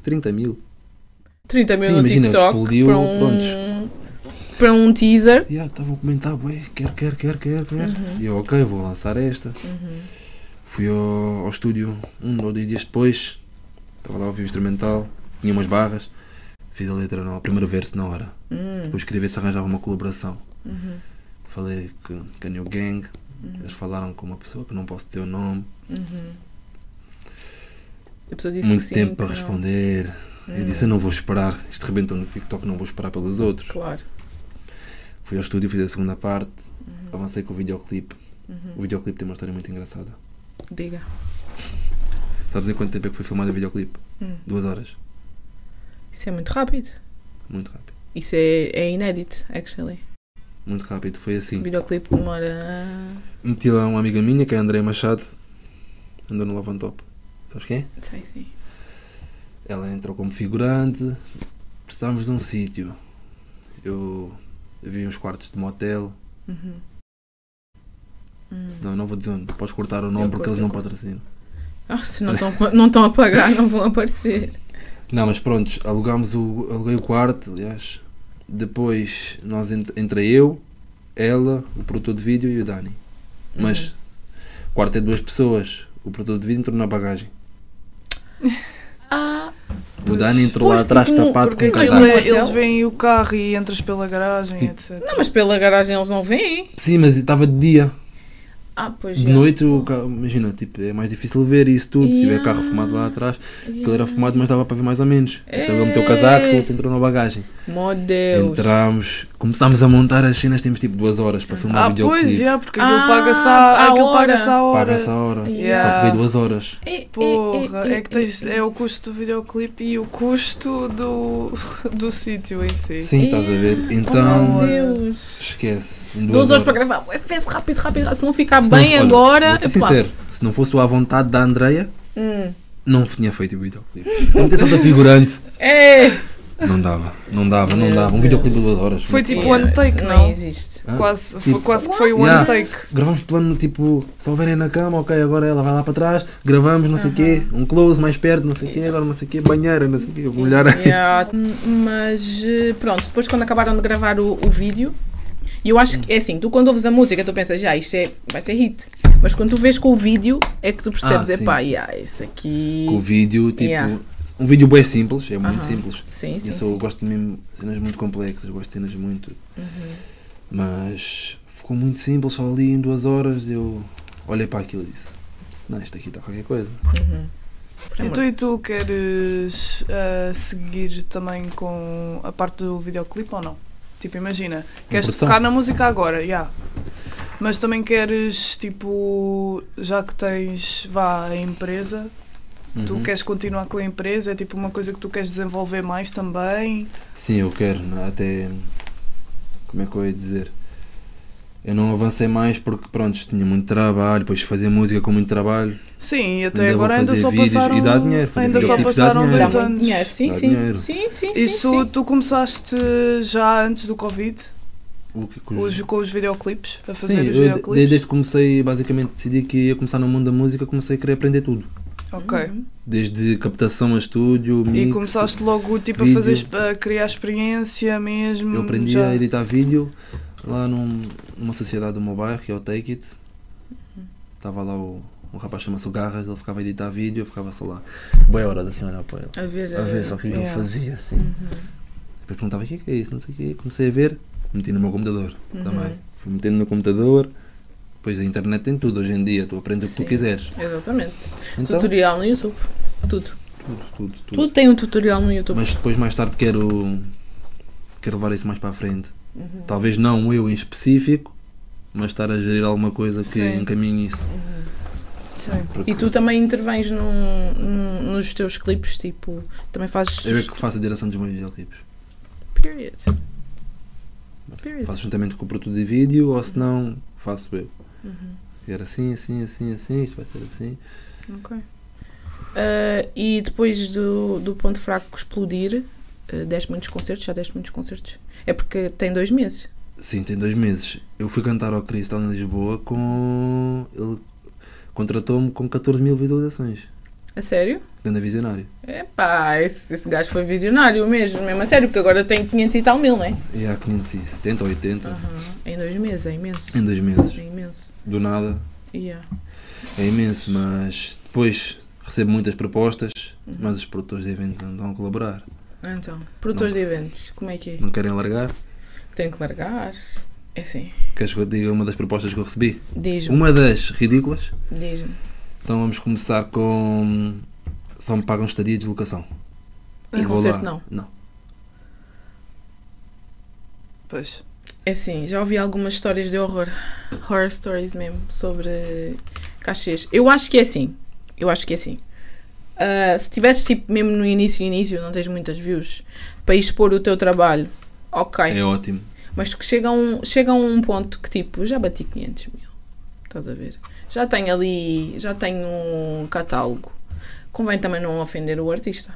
S3: 30 mil.
S2: 30 mil
S3: Sim,
S2: no
S3: imagina,
S2: TikTok
S3: explodiu,
S2: para um, para um teaser.
S3: E yeah, estavam a comentar, ué, quer, quer, quer, quer, quer. E eu, ok, vou lançar esta. Fui ao, ao estúdio um ou dois dias depois, estava lá a ouvir o instrumental, tinha umas barras, fiz a letra, no, o primeiro verso na hora.
S2: Uhum.
S3: Depois queria ver se arranjava uma colaboração. Falei que que a New Gang, eles falaram com uma pessoa que não posso dizer o nome,
S2: uhum. A pessoa disse
S3: muito
S2: que sim,
S3: tempo
S2: que
S3: para
S2: não. Hum,
S3: responder. Eu disse, eu não vou esperar, isto rebentou no TikTok, não vou esperar pelos outros.
S2: Claro.
S3: Fui ao estúdio, fiz a segunda parte,
S2: Uhum.
S3: avancei com o videoclipe. O videoclipe tem uma história muito engraçada.
S2: Diga.
S3: Sabes em quanto tempo é que foi filmado o videoclipe? Duas horas.
S2: Hum. Isso é muito rápido.
S3: Muito rápido.
S2: Isso é, é inédito, actually.
S3: Muito rápido. Foi
S2: O
S3: assim.
S2: videoclipe demora. Uhum.
S3: Meti lá uma amiga minha, que é a Andréia Machado. Andou no Love on Top. Sabes quem é?
S2: Sei, sim.
S3: Ela entrou como figurante. Precisávamos de um sítio. Eu vi uns quartos de motel.
S2: Uhum. Hum.
S3: Não, não vou dizer onde. Podes cortar o nome
S2: Eu
S3: porque
S2: corto,
S3: eles
S2: eu
S3: não
S2: corto.
S3: patrocinam.
S2: Ah, se não estão não estão a pagar, não vão
S3: *laughs*
S2: aparecer.
S3: Não, mas prontos, alugámos o, aluguei o quarto, aliás. Depois nós ent- entrei eu, ela, o produtor de vídeo e o Dani. Mas o quarto é de duas pessoas. O produtor de vídeo entrou na bagagem.
S2: Ah,
S3: O Dani entrou
S2: Pois,
S3: lá atrás
S2: porque não-
S3: tapado com
S4: Porque
S3: um
S4: aquilo
S3: casaco.
S4: é-
S2: Hotel?
S4: eles veem o carro e entras pela garagem,
S3: Tipo,
S4: etc.
S2: não, mas pela garagem eles não vêm.
S3: Sim, mas estava de dia.
S2: Ah, pois
S3: De
S2: é.
S3: noite, o ca- imagina, tipo, é mais difícil ver isso tudo. Se tiver
S2: Yeah.
S3: carro fumado lá atrás, aquilo era fumado, mas dava para ver mais ou menos. Então ele meteu o
S2: É.
S3: casaco, o outro entrou na bagagem.
S2: Meu Deus.
S3: Entramos, começámos a montar as cenas, temos tipo duas horas para filmar
S4: Ah,
S3: o videoclipe.
S4: pois, já, porque aquilo
S2: Ah,
S4: paga-se
S2: à
S4: à, aquilo
S2: hora.
S4: paga-se à hora.
S3: Paga-se a hora.
S4: Yeah.
S3: Só paguei duas horas.
S2: Ei, ei, ei,
S4: Porra,
S2: ei,
S4: é que
S2: ei,
S4: tens,
S2: ei.
S4: é o custo do videoclipe e o custo do, *laughs* do sítio em si.
S3: Sim, estás a ver?
S2: Oh,
S3: Então,
S2: meu Deus.
S3: esquece. Em
S2: Duas horas para gravar. Ué, fez rápido, rápido. rápido. Se não ficar
S3: Se não-
S2: bem
S3: olha,
S2: agora.
S3: Vou ser
S2: epá.
S3: sincero, se não fosse o à vontade da Andreia,
S2: Hum.
S3: não tinha feito o videoclipe. Se a intenção da figurante,
S2: É.
S3: não dava, não dava, não
S2: Meu
S3: dava. Um
S2: Deus.
S3: videoclipe de duas horas.
S4: Foi tipo
S2: Yeah.
S4: one take,
S2: Não,
S4: não?
S2: existe.
S3: Hã?
S4: Quase,
S3: Tipo-
S4: foi, quase que foi um one
S3: Yeah.
S4: take.
S3: Gravamos plano tipo, só verem na cama, ok, agora ela vai lá para trás, gravamos, não sei o quê, um close mais perto, não sei o quê, agora não sei o quê, banheira, não sei o quê, molhar.
S2: Yeah, *laughs* Mas eh, pronto, depois quando acabaram de gravar o, o vídeo, e eu acho que é assim, tu quando ouves a música, tu pensas, já, isto é, vai ser hit. Mas quando tu vês com o vídeo, é que tu percebes,
S3: Ah, sim.
S2: epá, yeah, esse aqui.
S3: *laughs* Com o vídeo, tipo,
S2: Yeah.
S3: um vídeo bem simples, é muito
S2: Aham.
S3: simples.
S2: Sim, sim.
S3: eu sou,
S2: sim.
S3: gosto mesmo de cenas muito complexas, gosto de cenas muito.
S4: Uhum.
S3: Mas ficou muito simples, só ali em duas horas eu olhei para aquilo e disse: Não, isto aqui está qualquer coisa.
S4: Então e tu queres ah, seguir também com a parte do videoclipe ou não? Tipo, imagina, queres
S3: produção?
S4: tocar na música agora, já. Mas também queres, tipo, já que tens, vá, a empresa, Tu
S3: Uhum.
S4: queres continuar com a empresa? É tipo uma coisa que tu queres desenvolver mais também?
S3: Sim, eu quero, né, até. Como é que eu ia dizer? Eu não avancei mais porque, pronto, tinha muito trabalho, depois fazer música com muito trabalho.
S4: Sim, e até
S3: Ainda vou
S4: agora ainda
S3: fazer
S4: só
S3: vídeos e
S4: passaram.
S3: dá dinheiro, fazer
S4: ainda só
S2: videoclipes
S3: dá
S4: passaram
S3: dinheiro.
S4: dois
S2: Dá muito
S4: anos.
S2: dinheiro, sim,
S3: Dá
S2: sim.
S3: dinheiro.
S2: Sim, sim, sim.
S4: Isso
S2: sim.
S4: tu começaste já antes do Covid,
S3: O que que os-
S4: os, com os videoclipes, a fazer
S3: Uhum. Sim,
S4: os
S3: eu, de-
S4: videoclipes?
S3: desde que comecei, basicamente, decidi que ia começar no mundo da música, comecei a querer aprender tudo. Uhum.
S4: Ok.
S3: Desde captação a estúdio, mix,
S4: E começaste logo tipo, a,
S3: vídeo.
S4: fazer, exp- a criar experiência mesmo?
S3: Eu aprendi
S4: Hum, já.
S3: a editar vídeo lá num- numa sociedade do meu bairro, que é o Take It. Estava lá o, um rapaz chama-se o Garras, ele ficava a editar vídeo, eu ficava só lá. Boa hora da senhora para ele.
S2: A ver. eh,
S3: A ver só o que ele
S4: Yeah.
S3: fazia assim. Depois perguntava o que é que é isso, não sei o que. Comecei a ver, meti no meu computador também. Fui metendo no computador. Depois a internet tem tudo hoje em dia, tu aprendes o que
S2: Sim.
S3: tu quiseres.
S2: Exatamente.
S3: Então, tudo,
S2: Tutorial no YouTube. Tudo.
S3: tudo, tudo.
S2: Tudo tem um tutorial no YouTube.
S3: Mas depois mais tarde quero quero levar isso mais para a frente. Talvez não eu em específico, mas estar a gerir alguma coisa que
S4: Sim.
S3: encaminhe isso.
S4: Sim.
S3: Porque
S2: E tu também intervens num- num- nos teus clipes, tipo, também fazes.
S3: eu é que faço a direção dos meus videoclipes.
S2: Period. Period.
S3: Faço juntamente com o produto de vídeo ou se não, faço eu. E era assim, assim, assim, assim, isto vai ser assim.
S2: Ok. Ah, e depois do, do ponto fraco explodir, ah, deste muitos concertos, já deste muitos concertos. É porque tem dois meses.
S3: Sim, tem dois meses. Eu fui cantar ao Cristal em Lisboa com. Ele contratou-me com 14 mil visualizações.
S2: A sério?
S3: Grande visionário.
S2: Epá, esse, esse gajo foi visionário mesmo, mesmo a sério, porque agora tem 500 e tal mil, não é?
S3: E há 570 ou 80
S2: Em dois meses, é imenso.
S3: Uhum. em dois meses.
S2: É imenso.
S3: Do nada.
S2: Yeah.
S3: É imenso, mas depois recebo muitas propostas,
S2: Uhum.
S3: mas os produtores de evento não estão a colaborar.
S2: Então, produtores de eventos, como é que é?
S3: Não querem largar.
S2: Tenho que largar. É assim.
S3: Queres que eu te diga uma das propostas que eu recebi?
S2: Diz-me,
S3: Uma das ridículas.
S2: diz-me.
S3: Então vamos começar com. Só me pagam estadia e deslocação.
S2: E
S3: Eu vou
S2: concerto
S3: lá.
S2: não.
S3: Não.
S4: Pois.
S2: É assim, já ouvi algumas histórias de horror, horror stories mesmo, sobre cachês. Eu acho que é assim. Eu acho que é assim. Ah, se tivesses tipo, mesmo no início, início, não tens muitas views, para expor o teu trabalho, ok.
S3: É ótimo.
S2: Mas que chega a um, chega a um ponto que tipo, já bati 500 mil. Estás a ver? Já tenho ali, já tenho um catálogo. Convém também não ofender o artista.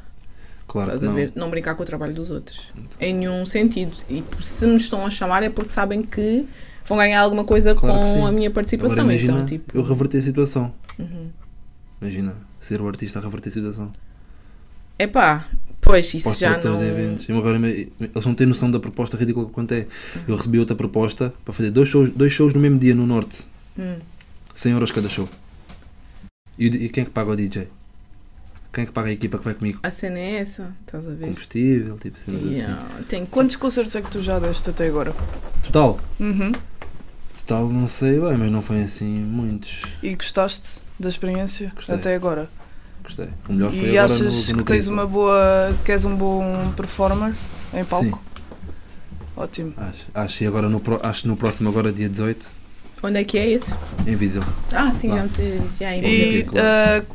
S3: Claro
S2: Estás
S3: que
S2: a
S3: não.
S2: ver? Não brincar com o trabalho dos outros. Em nenhum sentido. E por- se nos estão a chamar é porque sabem que vão ganhar alguma coisa
S3: Claro que
S2: com
S3: sim.
S2: a minha participação.
S3: Agora imagina,
S2: então, tipo. Uhum.
S3: eu reverti a situação. Imagina, ser o artista a reverter a situação.
S2: Epá, pois isso
S3: Para os
S2: já
S3: produtores
S2: não.
S3: de eventos. E agora, eles não têm noção da proposta ridícula que quanto é. Eu recebi outra proposta para fazer dois shows, dois shows no mesmo dia no Norte.
S2: Hum.
S3: 100 euros cada show. E, o di- e quem é que paga o DJ? Quem é que paga a equipa que vai comigo?
S2: A cena é essa, estás a ver?
S3: Combustível, tipo cenas assim.
S2: Yeah, tem que-
S4: Quantos concertos é que tu já deste até agora?
S3: Total,
S4: Uhum.
S3: total não sei bem, mas não foi assim muitos.
S4: E gostaste da experiência
S3: Gostei.
S4: até agora?
S3: Gostei. O melhor foi
S4: e
S3: agora
S4: achas
S3: no, no
S4: que tens
S3: Cristo.
S4: uma boa. que és um bom performer em palco? Ótimo.
S3: Acho, acho, e agora no, pro- acho que no próximo agora é dia 18,
S2: Onde é que é esse?
S3: em Viseu.
S2: Ah, sim,
S3: Lá.
S2: já me tinhas dito. Já, em
S3: Vamos
S4: E
S2: Viseu.
S3: aqui, claro.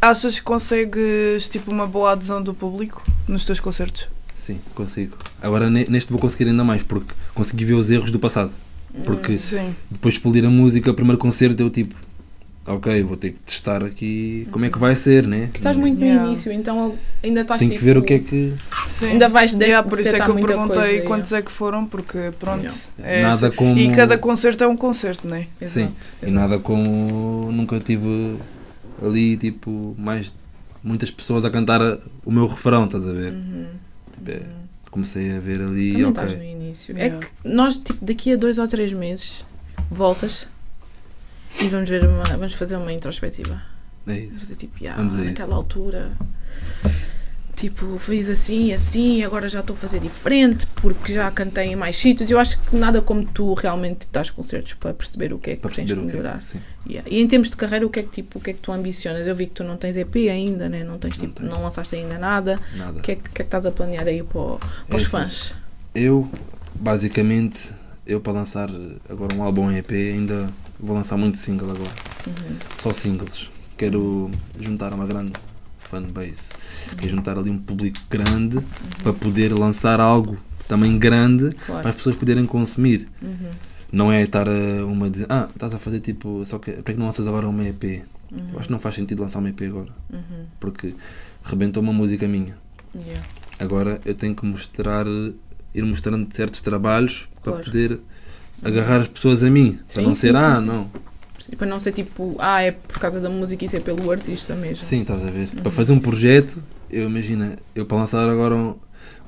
S4: ah, achas que consegues tipo uma boa adesão do público nos teus concertos?
S3: Sim, consigo. Agora ne- neste vou conseguir ainda mais, porque consegui ver os erros do passado. Porque
S2: Hum.
S4: Sim.
S3: depois de expelir a música, o primeiro concerto, eu tipo, ok, vou ter que testar aqui como é que vai ser, né?
S2: Estás muito no
S4: Yeah.
S2: início, então ainda estás
S3: Tenho que
S2: tipo,
S3: ver o que é que.
S4: Sim.
S2: Ainda vais de
S4: Yeah, por isso é
S2: detectar
S4: que eu
S2: muita
S4: perguntei
S2: coisa, yeah.
S4: quantos é que foram, porque pronto.
S2: Yeah.
S4: é
S3: nada
S4: essa-
S3: como.
S4: E cada concerto é um concerto, não é?
S3: Sim,
S2: Exato,
S3: e nada como nunca tive ali, tipo, mais muitas pessoas a cantar o meu refrão, estás a ver?
S2: Uhum.
S3: Tipo, é, comecei a ver ali,
S2: Também
S3: ok.
S2: estás no início. É
S4: Yeah.
S2: que nós, tipo, daqui a dois ou três meses, voltas e vamos ver uma, vamos fazer uma introspectiva.
S3: É
S2: Vamos
S3: isso.
S2: fazer tipo, yeah,
S3: Vamos a isso.
S2: naquela altura, tipo, fiz assim, assim, agora já estou a fazer diferente porque já cantei em mais sítios. Eu acho que nada como tu realmente dás concertos para perceber o que é que
S3: Para
S2: tens
S3: perceber
S2: que
S3: o que é.
S2: melhorar.
S3: Sim.
S2: Yeah. E em termos de carreira, o que é que tipo, o que é que tu ambicionas? Eu vi que tu não tens EP ainda, né? não tens
S3: Não
S2: tipo,
S3: tenho.
S2: não, lançaste ainda nada.
S3: Nada.
S2: O que é que, o que é que estás a planear aí para, o- para os
S3: É assim.
S2: fãs?
S3: Eu, basicamente, eu para lançar agora um álbum em EP, ainda vou lançar muito single agora. Só singles. Quero juntar uma grande fanbase. Que é juntar ali um público grande para poder lançar algo também grande
S2: Claro.
S3: para as pessoas poderem consumir. Não é estar a uma dizer, ah, estás a fazer tipo, só que, para que não lanças agora uma EP? Eu acho que não faz sentido lançar uma EP agora, porque rebentou uma música minha.
S2: Yeah.
S3: Agora eu tenho que mostrar, ir mostrando certos trabalhos
S2: Claro. Uhum.
S3: para poder agarrar as pessoas a mim.
S2: Sim,
S3: para não
S2: sim,
S3: ser,
S2: sim,
S3: ah,
S2: sim.
S3: não.
S2: E Para não ser tipo, ah, é por causa da música, isso é pelo artista mesmo.
S3: Sim, estás a ver.
S2: Uhum.
S3: Para fazer um projeto, eu imagina, eu para lançar agora um,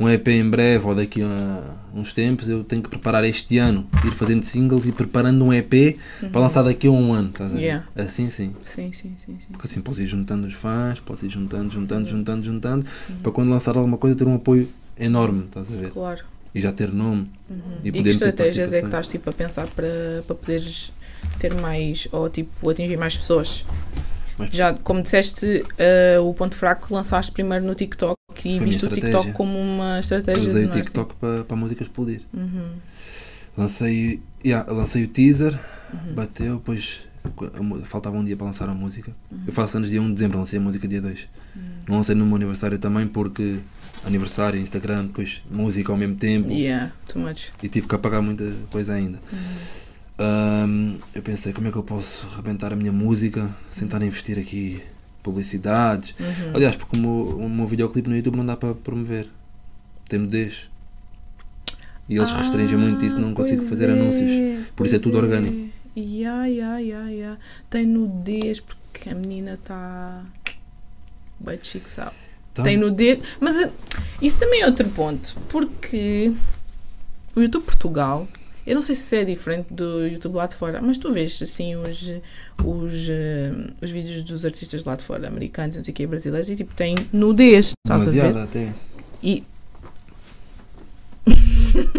S3: um EP em breve ou daqui a uns tempos, eu tenho que preparar este ano, ir fazendo singles e preparando um EP para lançar daqui a um ano, estás a ver?
S2: Uhum. Yeah.
S3: Assim sim.
S2: Sim, sim, sim. sim.
S3: Porque assim posso ir juntando os fãs, posso ir juntando, juntando,
S2: Uhum.
S3: juntando, juntando, para quando lançar alguma coisa ter um apoio enorme, estás a ver?
S2: Claro.
S3: E já ter nome.
S2: E,
S3: uhum. poder
S2: que
S3: ter
S2: estratégias é que
S3: participações.
S2: estás tipo, a pensar para, para poderes ter mais, ou tipo, atingir mais pessoas?
S3: Mas-
S2: Já, como disseste, eh, o ponto fraco lançaste primeiro no TikTok e
S3: minha
S2: viste o
S3: estratégia.
S2: TikTok como uma estratégia.
S3: Eu usei
S2: de
S3: o
S2: marketing. Uhum.
S3: TikTok para, para a música explodir. Lancei, yeah, lancei o teaser, bateu, depois co- a mu- faltava um dia para lançar a música. Eu faço anos dia 1 de dezembro, lancei a música dia 2. Não lancei no meu aniversário também porque aniversário, Instagram, depois música ao mesmo tempo
S2: Yeah, too much.
S3: e tive que apagar muita coisa ainda. Ahm, eu pensei, como é que eu posso arrebentar a minha música sem estar a investir aqui publicidades?
S2: Uhum. Hum.
S3: Aliás, porque o meu, o meu videoclipe no YouTube não dá para promover, tem nudez. E eles restringem muito isso, não consigo
S2: Ah, pois
S3: fazer
S2: é,
S3: anúncios. Por isso é
S2: pois
S3: tudo orgânico.
S2: Yeah, yeah, yeah, yeah. Tem nudez porque a menina está. Bem chique, sabe?
S3: Então,
S2: tem no dedo. Mas eh, isso também é outro ponto, porque o YouTube Portugal, eu não sei se é diferente do YouTube lá de fora, mas tu vês assim os, os, eh, os vídeos dos artistas lá de fora, americanos, não sei o que, brasileiros, e tipo tem nudez, estás a ver?
S3: demasiado até.
S2: E.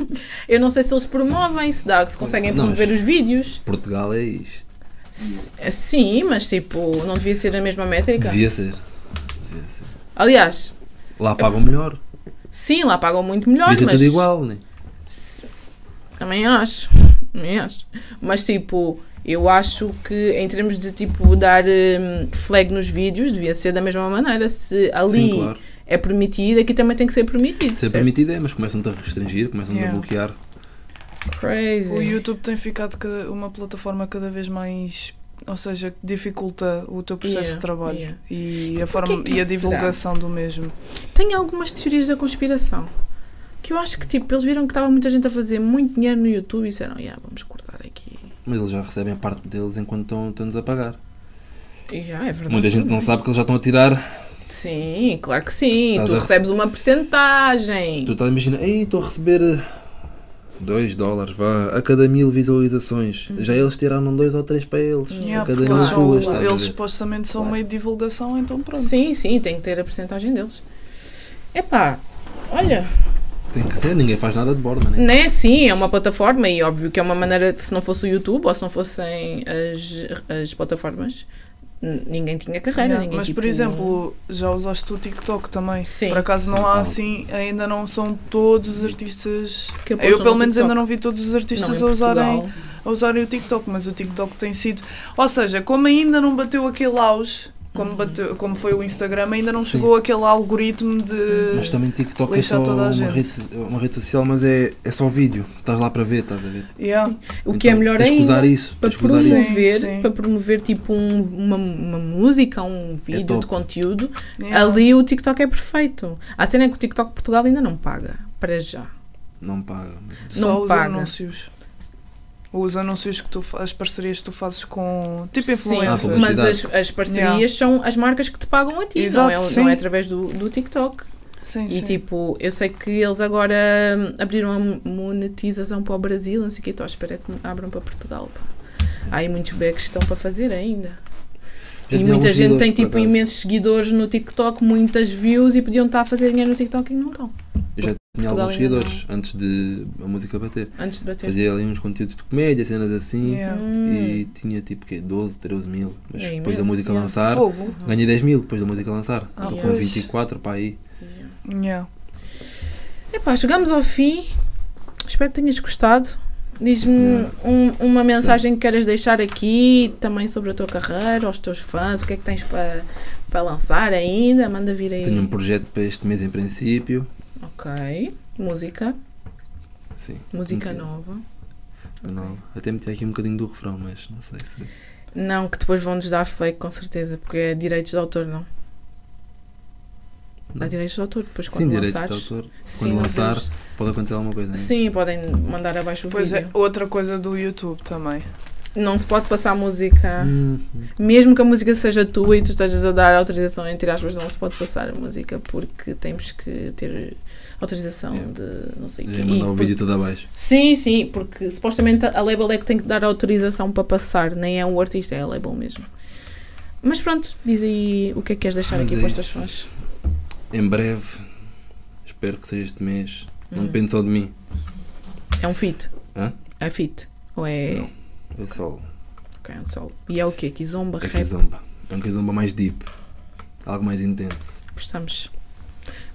S2: *laughs* eu não sei se eles promovem, se, dá, se conseguem
S3: Não, mas-
S2: promover os vídeos.
S3: Portugal é isto.
S2: S- Sim, mas tipo, não devia ser a mesma métrica.
S3: Devia ser. Devia ser.
S2: Aliás,
S3: Lá pagam melhor.
S2: sim, lá pagam muito melhor,
S3: Devia ser
S2: mas.
S3: tudo igual, né?
S2: Se- Também acho, *laughs* também acho. Mas tipo, eu acho que em termos de tipo dar hum, flag nos vídeos, devia ser da mesma maneira. Se ali
S3: Sim, claro.
S2: é permitido, aqui também tem que ser permitido.
S3: Se é
S2: certo?
S3: permitido é, mas começam-te a restringir, começam-te
S4: Yeah.
S3: a bloquear.
S2: Crazy.
S4: O YouTube tem ficado cada- uma plataforma cada vez mais. Ou seja, que dificulta o teu processo
S2: Yeah,
S4: de trabalho
S2: yeah.
S4: e a,
S2: Por que é
S4: forma,
S2: que
S4: e a
S2: isso
S4: divulgação do mesmo.
S2: Tenho algumas teorias da conspiração. Que eu acho que tipo, eles viram que estava muita gente a fazer muito dinheiro no YouTube e disseram, yeah, vamos cortar aqui.
S3: Mas eles já recebem a parte deles enquanto estão- estão-nos a pagar.
S2: E já é verdade.
S3: Muita gente não sabe que eles já estão a tirar.
S2: Sim, claro que sim.
S3: Estás
S2: tu
S3: a rece-
S2: recebes uma percentagem.
S3: Tu estás a imaginar, ei, estou a receber 2 dólares, vá, a cada mil visualizações.
S2: Hum.
S3: Já eles tiraram 2 ou 3 para eles.
S2: Yeah, um
S3: a cada
S4: porque eles,
S3: mil
S2: claro.
S4: são-
S3: tuas, estás a
S4: eles
S3: ver?
S4: supostamente são
S2: Claro.
S4: meio de divulgação, então pronto.
S2: Sim, sim, tem que ter a porcentagem deles. Epá, olha,
S3: Tem que ser, ninguém faz nada de borda, né?
S2: não é assim, é uma plataforma e óbvio que é uma maneira, de- se não fosse o YouTube ou se não fossem as, as plataformas, n- ninguém tinha carreira.
S4: Yeah,
S2: ninguém,
S4: Mas, por
S2: tipo,
S4: exemplo, já usaste o TikTok também.
S2: Sim.
S4: Por acaso
S3: Sim,
S4: não há
S3: claro.
S4: assim, ainda não são todos os artistas.
S2: Que
S4: eu,
S2: apostam
S4: pelo
S2: no
S4: menos, ainda
S2: TikTok.
S4: não vi todos os
S2: não, é
S4: artistas
S2: em
S4: a, usarem,
S2: Portugal,
S4: a usarem o TikTok, mas o TikTok tem sido. Ou seja, como ainda não bateu aquele auge,
S2: Uhum.
S4: como, bateu, como foi o Instagram, ainda não
S3: Sim.
S4: chegou aquele algoritmo
S2: Uhum.
S4: de.
S3: Mas também TikTok é
S4: Lixar
S3: só
S4: toda a
S3: uma
S4: gente.
S3: rede, uma rede social, mas é, é só vídeo. Estás lá para ver, estás a ver?
S4: Yeah.
S2: O que é
S3: Então,
S2: melhor
S3: tens que usar
S2: ainda.
S3: isso,
S2: Para
S3: tens que usar isso.
S2: promover,
S4: Sim, sim.
S2: para promover tipo um- uma, uma música, um vídeo
S3: É top.
S2: de conteúdo,
S4: Yeah.
S2: ali o TikTok é perfeito. A cena é que o TikTok Portugal ainda não paga, para já.
S3: Não paga. mas-
S4: Só
S2: não
S4: os
S2: paga.
S4: anúncios. Os anúncios que tu fazes, as parcerias que tu fazes com tipo
S2: Sim,
S4: influencers.
S3: Ah,
S2: mas as, as parcerias
S4: Yeah.
S2: são as marcas que te pagam a ti, não, é,
S4: Exato,
S2: não é
S4: sim.
S2: através do, do TikTok.
S4: Sim,
S2: E
S4: sim.
S2: tipo, eu sei que eles agora hum, abriram a monetização para o Brasil, não sei o que, estou à espera que abram para Portugal. pá. Há aí muitos backs que estão para fazer ainda. e
S3: Já tinha
S2: muita
S3: alguns
S2: gente tem
S3: seguidores, por
S2: tipo
S3: acaso.
S2: imensos seguidores no TikTok, muitas views e podiam estar a fazer dinheiro no TikTok e não estão,
S3: Eu já tinha
S2: Portugal é
S3: alguns
S2: ainda
S3: seguidores antes de a música bater.
S2: antes de bater.
S3: Fazia ali uns conteúdos de comédia, cenas assim.
S4: Yeah.
S3: E tinha tipo quê? 12, 13 mil. Mas
S2: É
S3: depois da
S2: imenso,
S3: música
S2: yeah.
S3: lançar,
S4: Fogo.
S3: ganhei 10 mil depois da música lançar.
S4: Ah,
S3: Estou com
S4: pois.
S3: 24 para aí.
S4: Yeah.
S2: Epá, chegamos ao fim. Espero que tenhas gostado. Diz-me
S3: Senhora.
S2: um- uma mensagem que queiras deixar aqui, também sobre a tua carreira, aos teus fãs, o que é que tens para para lançar ainda? Manda vir aí.
S3: Tenho um projeto para este mês em princípio.
S2: Ok. Música.
S3: Sim.
S2: Música
S3: Ok.
S2: nova.
S3: Não, até meti aqui um bocadinho do refrão, mas não sei se.
S2: Não, que depois vão-nos dar flag, com certeza, porque é direitos de autor, não? Dá
S3: Não.
S2: direitos de autor, depois quando
S3: Sim, direitos
S2: lançares.
S3: de autor.
S2: Sim,
S3: Quando
S2: não
S3: lançar,
S2: temos-
S3: pode acontecer alguma coisa. né?
S2: Sim, podem mandar abaixo o
S4: Pois é,
S2: vídeo.
S4: outra coisa do YouTube também.
S2: Não se pode passar música.
S3: Hum,
S2: Mesmo que a música seja tua e tu estejas a dar autorização, entre aspas, não se pode passar a música porque temos que ter autorização
S3: É.
S2: de não sei
S3: já
S2: quem.
S3: mandar o
S2: Porque-
S3: vídeo todo abaixo.
S2: Sim, sim, porque supostamente a label é que tem que dar autorização para passar, nem é o artista, é a label mesmo. Mas pronto, diz aí o que é que queres deixar
S3: Mas
S2: aqui
S3: é
S2: para os teus
S3: isso.
S2: fãs.
S3: Em breve, espero que seja este mês. Não
S2: Hum.
S3: depende só de mim.
S2: É um fit?
S3: Hã?
S2: É fit? Ou é.
S3: Não. É só
S2: Ok, é um solo. E é o quê? Kizomba,
S3: é
S2: rap?
S3: kizomba. É um kizomba mais deep. Algo mais intenso.
S2: Estamos.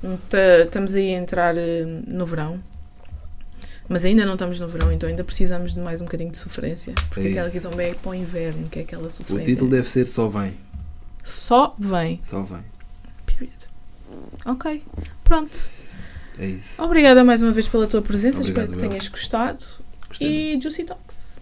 S2: um, ta- Estamos aí a entrar eh, no verão. Mas ainda não estamos no verão, então ainda precisamos de mais um bocadinho de sofrência. Porque
S3: É
S2: aquela
S3: isso.
S2: Kizomba é para o inverno, que é aquela
S3: O
S2: sofrência.
S3: título deve ser Só Vem.
S2: Só vem.
S3: Só Vem.
S2: Period. Ok. Pronto.
S3: É isso.
S2: Obrigada mais uma vez pela tua presença, espero
S3: Obrigado,
S2: que
S3: eu.
S2: tenhas gostado.
S3: Gostei muito.
S2: E Juicy Talks.